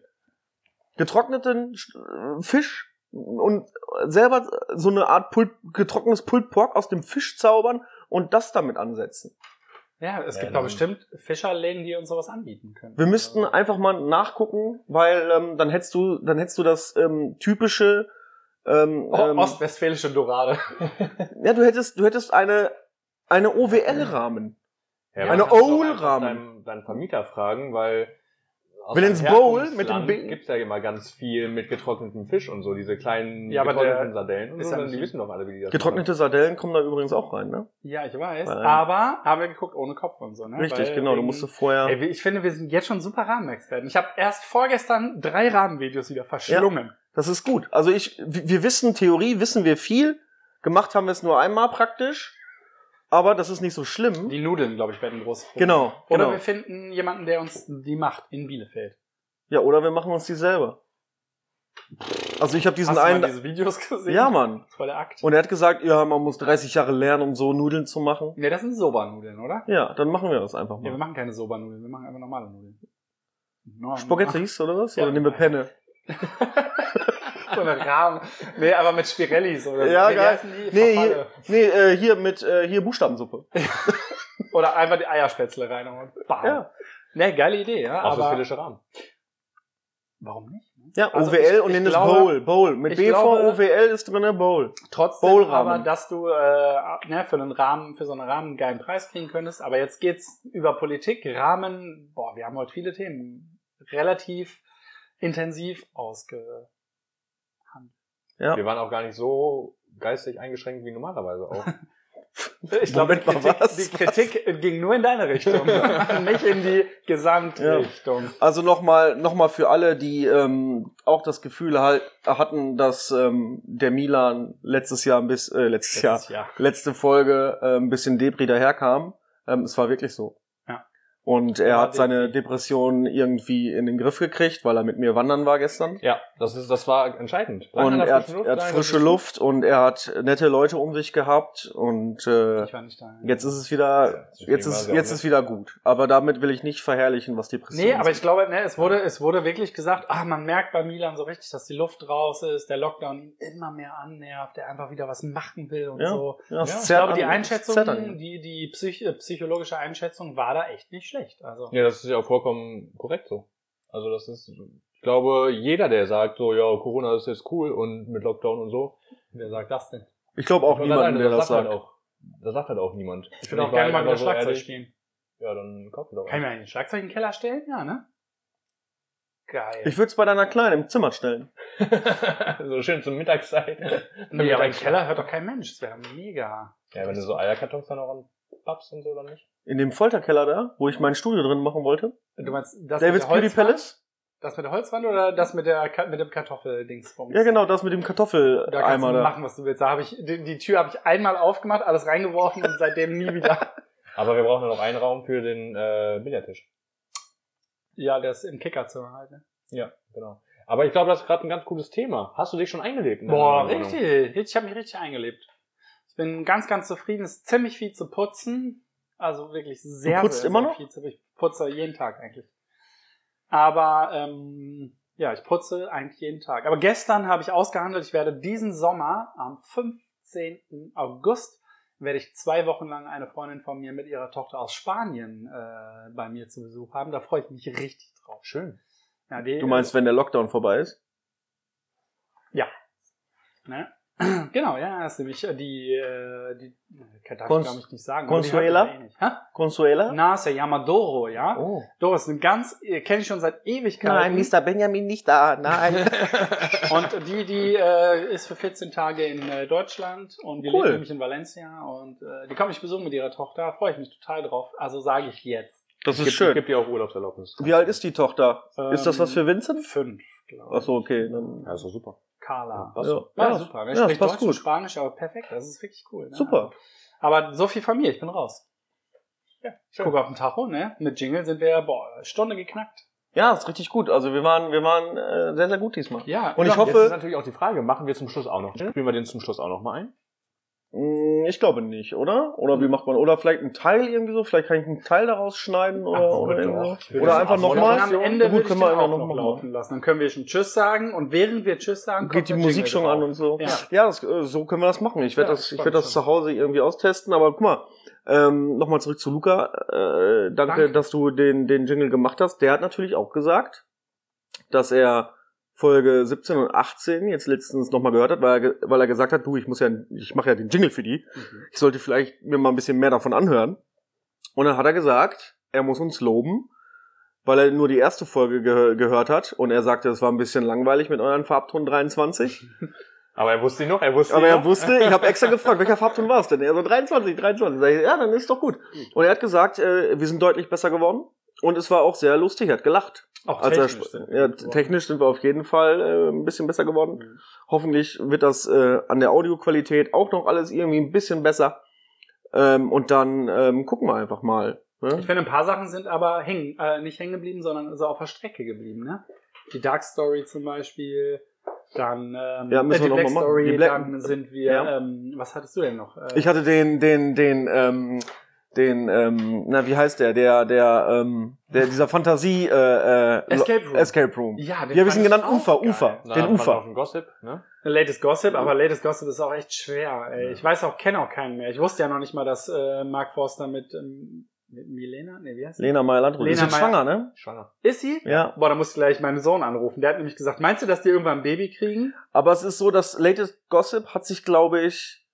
Getrockneten Sch- äh, Fisch und selber so eine Art Pulp, getrocknetes Pulled Pork aus dem Fisch zaubern und das damit ansetzen.
Ja, es
Ja,
gibt doch
dann-
bestimmt Fischerläden, die uns sowas anbieten können.
Wir müssten
Also-
einfach mal nachgucken, weil ähm, dann hättest du, dann hättest du das ähm, typische ähm,
Oh,
ähm,
ostwestfälische Dorade. *laughs*
ja, du hättest, du hättest eine eine OWL-Rahmen.
Ja, aber
Eine
kannst du doch
Owl
einfach
Rahmen.
Deinen, deinen Vermieter fragen, weil aus
Will
deinem
ins Bowl mit dem
Herkunftsland
Bing?
gibt's ja immer ganz viel mit getrocknetem Fisch und so, diese kleinen
Ja, aber
getrockneten
der
Sardellen und
ist
so,
ja
dann-
nicht
die
hier.
wissen doch alle, wie die das
Getrocknete Sardellen kommen da übrigens auch rein, ne?
Ja, ich weiß.
Weil-
aber haben wir geguckt ohne Kopf und so, ne?
Richtig,
Weil
genau. Du
wegen-
musst vorher.
Ey, wir- ich finde, wir sind jetzt schon super Rahmenexperten. Ich habe erst vorgestern drei Rahmenvideos wieder verschlungen.
Das ist gut. Also ich, w- wir wissen Theorie, wissen wir viel. Gemacht haben wir es nur einmal praktisch. Aber das ist nicht so schlimm.
Die Nudeln, glaube ich, werden ein großes Problem.
genau,
Oder
genau.
wir finden jemanden, der uns die macht in Bielefeld.
ja, oder wir machen uns die selber. Also ich habe diesen
Hast du
einen.
mal diese Videos gesehen?
ja, Mann.
Das war der Akt.
Und er hat gesagt, ja, man muss 30 Jahre lernen, um so Nudeln zu machen.
Ne, das sind Soba-Nudeln, oder?
Ja, dann machen wir das einfach
Ja, wir
mal.
machen keine Soba-Nudeln, wir machen einfach normale Nudeln. Normal.
Spaghettis oder was?
Ja.
Oder nehmen wir Penne?
*laughs* so eine Rahmen. Nee, aber mit Spirellis oder so.
Ja,
nee,
geil.
Die
Nee,
nee,
hier, nee, äh, hier mit äh, hier Buchstabensuppe.
Oder einfach die Eierspätzle reinhauen. Bam.
Ja.
Nee, geile Idee, ja.
machen.
aber
Auswestfälische Rahmen.
warum nicht?
Ja,
Also
OWL
ich-
und
ich
dann ist
glaube-
Bowl. Bowl. Mit
ich
B vor
glaube-
OWL ist drinne Bowl.
Trotzdem
Bowl-Rahmen.
aber, dass du äh, ne, für einen Rahmen, für so einen Rahmen einen geilen Preis kriegen könntest. Aber jetzt geht's über Politik, Rahmen, boah, wir haben heute viele Themen relativ intensiv ausge.
Ja.
Wir waren auch gar nicht so geistig eingeschränkt wie normalerweise *laughs* auch.
Ich glaube, die
Moment mal,
Kritik,
was?
die Kritik ging nur in deine
*laughs*
Richtung, nicht in die Gesamtrichtung.
Also nochmal noch mal für alle, die ähm, auch das Gefühl halt, hatten, dass ähm, der Milan letztes Jahr ein bisschen, äh, letztes Jahr,
Letztes Jahr.
letzte Folge äh, ein bisschen Depri daherkam. Ähm, es war wirklich so.
Ja.
Und er
War
hat seine Depression irgendwie in den Griff gekriegt, weil er mit mir wandern war gestern.
ja, das ist, das war entscheidend. Rein
und
an der
er hat,
frischen Luft,
er hat
rein an der
frische Luft und er hat nette Leute um sich gehabt und äh,
Ich war nicht da.
jetzt ist es wieder
deswegen
jetzt
war
ist
sie auch
jetzt
nett.
ist wieder gut. Aber damit will ich nicht verherrlichen, was Depressionen
Nee, aber ich
sind.
glaube, ne, es wurde, es wurde wirklich gesagt, ah, man merkt bei Milan so richtig, dass die Luft raus ist, der Lockdown ihn immer mehr annervt, er einfach wieder was machen will und
Ja.
so.
ja, es
Ja, ich
Ich
zerrt
glaube,
an
die
ihm. Es
Einschätzung,
zerrt an ihm.
die, die psych äh, psychologische Einschätzung war da echt nicht schlecht. Also,
Ja, das ist ja auch vollkommen korrekt so. Also das ist, ich glaube, jeder, der sagt so, ja, Corona ist jetzt cool und mit Lockdown und so,
wer sagt das denn?
Ich glaube auch
Aber
niemanden,
alleine,
der das
Halt
sagt.
auch, das sagt halt auch niemand.
Ich würde auch gerne mal wieder Schlagzeug spielen.
Ja, dann kauf dir doch
Kann
*laughs*
ich
einen.
mir einen Schlagzeug in den Keller stellen? Ja, ne? Geil.
Ich würde es bei deiner Kleinen im Zimmer stellen.
so schön zur Mittagszeit.
nee, aber im Keller hört doch kein Mensch. Das wäre mega.
Ja, wenn du so Eierkartons dann auch anpappst und so, dann nicht.
In dem Folterkeller da, wo ich mein Studio drin machen wollte.
Du meinst das mit
David's
der
Beauty
Holzwand?
Palace?
Das mit der Holzwand oder das mit, der, Ka- mit dem Kartoffeldings rum?
Ja, genau, das mit dem
Da kannst
Kartoffeleimer
du
da.
machen, was du willst. Da habe ich die, die Tür habe ich einmal aufgemacht, alles reingeworfen und seitdem nie wieder.
Aber wir brauchen noch einen Raum für den äh, Billardtisch.
Ja, das im Kickerzimmer halt. ne?
Ja, genau. Aber ich glaube, das ist gerade ein ganz cooles Thema. Hast du dich schon eingelebt? in deiner
Boah,
neuen Wohnung?
richtig. richtig. Ich habe mich richtig eingelebt. Ich bin ganz, ganz zufrieden. Es ist ziemlich viel zu putzen. Also wirklich sehr,
putzt
sehr,
immer
sehr
noch?
viel zu Ich putze jeden Tag eigentlich. Aber ähm, ja, ich putze eigentlich jeden Tag. Aber gestern habe ich ausgehandelt, ich werde diesen Sommer am 15. August werde ich zwei Wochen lang eine Freundin von mir mit ihrer Tochter aus Spanien äh, bei mir zu Besuch haben. Da freue ich mich richtig drauf. Schön. Ja, die,
Du meinst, wenn der Lockdown vorbei ist?
Ne? *clears throat* Genau, ja, das ist nämlich äh, die, äh, die kann, darf
Cons-
ich glaube ich nicht sagen.
Consuela?
aber die hört man eh nicht. Hä?
Consuela?
Na, se llama Doro, ja?
Oh.
Doro ist eine ganz, ihr kennt schon seit Ewigkeiten.
Benjamin nicht da. Nein.
*laughs* Und die, die äh, ist für 14 Tage in äh, Deutschland und die
Cool.
lebt nämlich in Valencia und äh, die kommt mich besuchen mit ihrer Tochter, freue ich mich total drauf. Also sage ich jetzt.
das ist
Gibt,
schön.
Gibt dir auch Urlaubserlaubnis.
Wie alt ist die Tochter?
Ähm,
Ist das was für Vincent?
Fünf, glaube
Ach
ich.
so, okay. Dann,
Ja, ist doch super.
Carla.
Passt
ja.
doch.
Ja,
Ja,
super. Ne?
ja,
Spricht
passt
Deutsch und
gut.
Spanisch, aber perfekt. Das ist wirklich cool. Ne?
Super.
Aber so viel von mir, ich bin raus. Ja, Guck auf den Tacho, ne? Mit Jingle sind wir, boah, Stunde geknackt.
Ja, ist richtig gut. Also wir waren, wir waren äh, sehr, sehr gut diesmal.
Ja,
Und ich
ja,
Jetzt ist
hoffe,
natürlich auch die Frage, machen wir zum Schluss auch noch. ne? Spielen wir den zum Schluss auch noch mal ein?
mh, Mm, ich glaube nicht, oder? Oder
Hm.
wie macht man? Oder vielleicht einen Teil irgendwie so? Vielleicht kann ich einen Teil daraus schneiden oder,
Ach,
oder
doch.
irgendwie
Ich
so.
will
Oder
das
einfach
auch noch
Und
nochmal.
am Ende würde ich den
können wir
auch
einfach
noch
nochmal machen.
laufen lassen. Dann können wir schon Tschüss sagen und während wir Tschüss sagen,
Geht die
der
Musik
Jingle
schon
halt drauf.
an und so.
Ja.
Ja, das, äh, so können wir das machen. Ich werde
Ja,
das, ich
spannend,
werde das zu
spannend.
Hause irgendwie austesten. Aber guck mal, ähm, nochmal zurück zu Luca. Äh, danke,
Danke.
dass du den, den Jingle gemacht hast. Der hat natürlich auch gesagt, dass er Folge 17 und 18 jetzt letztens nochmal gehört hat, weil er, ge- weil er gesagt hat, du, ich muss ja, ich mache ja den Jingle für die.
Mhm.
Ich sollte vielleicht mir mal ein bisschen mehr davon anhören. Und dann hat er gesagt, er muss uns loben, weil er nur die erste Folge gehö- gehört hat und er sagte, es war ein bisschen langweilig mit euren Farbton 23.
Aber er wusste ihn noch, er wusste
Aber
ihn
er
noch.
wusste, ich habe extra gefragt, welcher Farbton war es denn? Er so 23, 23. Sag ich, ja, dann ist doch gut. Und er hat gesagt, äh, wir sind deutlich besser geworden. Und es war auch sehr lustig, er hat gelacht.
Auch
Also er,
technisch sind
sp-
wir
ja,
gut geworden.
technisch sind wir auf jeden Fall äh, ein bisschen besser geworden.
Mhm.
Hoffentlich wird das äh, an der Audioqualität auch noch alles irgendwie ein bisschen besser. Ähm, und dann ähm, gucken wir einfach mal. Ne?
Ich finde, ein paar Sachen sind aber hängen, äh, nicht hängen geblieben, sondern so auf der Strecke geblieben, ne? Die Dark Story zum Beispiel, dann ähm,
Ja, müssen
äh,
wir
die
noch
Black
mal machen.
Story,
Die Black-
dann sind wir,
Ja.
ähm, was hattest du denn noch? Äh,
Ich hatte den, den, den, ähm, den, ähm, na, wie heißt der? Der, der, ähm, der, dieser Fantasie, äh, äh,
Escape Room.
Escape Room.
ja, den
Wie
fand
habe ich ihn
ich
genannt?
auch
Ufer,
geil.
Ufer.
Dann
den
hat man
Ufer.
noch ein Gossip, ne?
Latest Gossip, aber
Mhm.
Latest Gossip ist auch echt schwer. Ey. Ich weiß auch, kenne auch keinen mehr. Ich wusste ja noch nicht mal, dass äh, Mark Forster mit ähm, Mit Milena? Nee, wie heißt sie?
Lena Meyer-Landrut. Die
Lena
sind
Meyer-
schwanger, ne?
Schwanger.
Ist sie?
Ja.
Boah, da muss ich gleich meinen Sohn anrufen. Der hat nämlich gesagt, meinst du, dass die irgendwann ein Baby kriegen?
Aber es ist so, das Latest Gossip hat sich, glaube ich,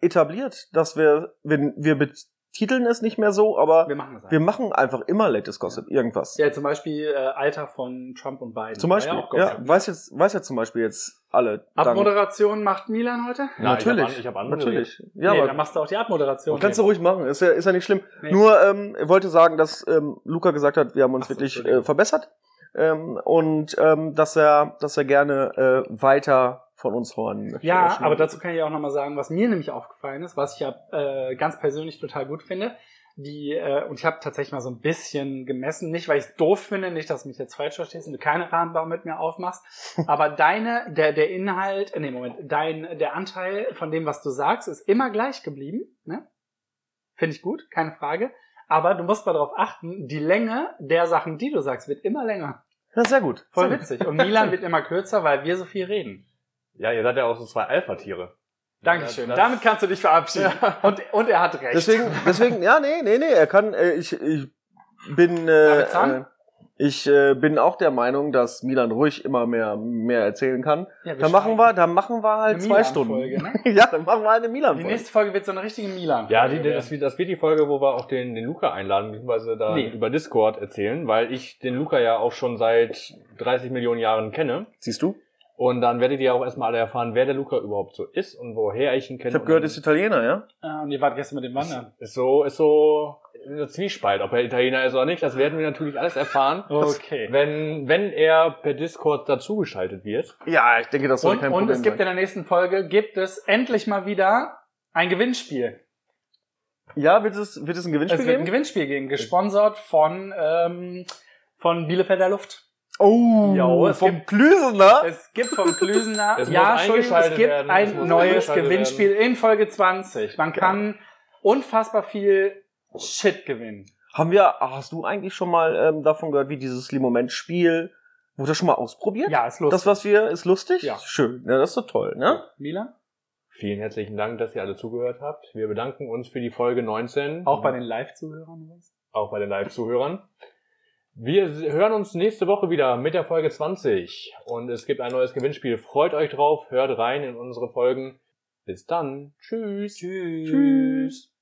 etabliert, dass wir, wir, wir betiteln es nicht mehr so, aber
Wir machen das
wir
einfach.
machen einfach immer Latest Gossip, irgendwas.
Ja, zum Beispiel äh, Alter von Trump und Biden.
Zum
War
Beispiel,
auch
ja,
Gossip.
weiß jetzt, weiß ja zum Beispiel jetzt alle. dank-
Abmoderation macht Milan heute?
Na,
Natürlich.
Ich habe hab andere.
Natürlich. Ja,
nee,
aber
dann machst du auch die Abmoderation.
kannst du ruhig machen, ist ja, ist ja nicht schlimm.
Nee.
Nur, ähm, ich wollte sagen, dass ähm, Luca gesagt hat, wir haben uns
Ach so,
wirklich
Entschuldigung.
äh, verbessert ähm, und ähm, dass er, dass er gerne äh, weiter von uns hören möchte.
Ja, aber dazu kann ich auch nochmal sagen, was mir nämlich aufgefallen ist, was ich ja äh, ganz persönlich total gut finde. Die, äh, und ich habe tatsächlich mal so ein bisschen gemessen, nicht weil ich es doof finde, nicht, dass du mich jetzt falsch verstehst und du keine Rahmenbau mit mir aufmachst, aber deine, der, der Inhalt, äh, nee, Moment, dein, der Anteil von dem, was du sagst, ist immer gleich geblieben. Ne? Finde ich gut, keine Frage. Aber du musst mal darauf achten, die Länge der Sachen, die du sagst, wird immer länger.
Ja, sehr gut.
Voll
Sehr gut.
witzig. Und Milan wird immer kürzer, weil wir so viel reden.
Ja, ihr seid ja auch so zwei Alpha-Tiere.
Dankeschön.
Ja, das-
Damit kannst du dich verabschieden. Und, und er hat recht. *laughs*
Deswegen, deswegen, ja, nee, nee, nee, er kann, äh, ich, ich bin, äh,
Darf ich sagen?
äh, ich äh, bin auch der Meinung, dass Milan ruhig immer mehr, mehr erzählen kann.
ja,
Dann machen wir, dann machen wir halt
Eine
zwei
Milan-Folge, ne?
Stunden. *laughs* ja, dann machen wir eine
Die
Milan-Folge.
nächste Folge wird so eine richtige Milan.
Ja, die, das, wird- das wird die Folge, wo wir auch den, den Luca einladen, beziehungsweise da
Nee.
über Discord erzählen, weil ich den Luca ja auch schon seit 30 Millionen Jahren kenne.
Siehst du?
Und dann werdet ihr auch erstmal alle erfahren, wer der Luca überhaupt so ist und woher ich ihn kenne.
Ich habe
Und
gehört,
dann-
ist Italiener, ja?
Ah, und ihr wart gestern mit dem ne? Wandern.
ist so, ist so ein Zwiespalt, ob er Italiener ist oder nicht. Das werden wir natürlich alles erfahren,
*laughs*
Okay.
wenn, wenn er per Discord dazugeschaltet wird.
Ja, ich denke, das soll
Und,
kein
und
Problem
es gibt in
sein.
der nächsten Folge, gibt es endlich mal wieder ein Gewinnspiel.
Ja, wird es, wird es ein Gewinnspiel
es wird
geben?
ein Gewinnspiel geben, gesponsert von, ähm, von Bielefelder Luft.
oh,
Jo, es
vom
gibt-
Klüsener?
Es gibt vom Klüsener,
Es muss
ja, Entschuldigung, es
eingeschaltet
gibt
werden, es
ein
muss
neues
eingeschaltet
Gewinnspiel in Folge 20. Man kann unfassbar viel Shit gewinnen.
Haben wir, hast du eigentlich schon mal ähm, davon gehört, wie dieses Limoment-Spiel, wurde das schon mal ausprobiert?
Ja, ist
Das,
lustig.
was wir, ist lustig?
Ja.
Schön. Ja, das ist doch toll, ne?
Milan?
Vielen herzlichen Dank, dass ihr alle zugehört habt. Wir bedanken uns für die Folge 19.
Auch bei den Live-Zuhörern oder was?
auch bei den Live-Zuhörern. Wir hören uns nächste Woche wieder mit der Folge 20 und es gibt ein neues Gewinnspiel. Freut euch drauf, hört rein in unsere Folgen. Bis dann. Tschüss. Tschüss. Tschüss.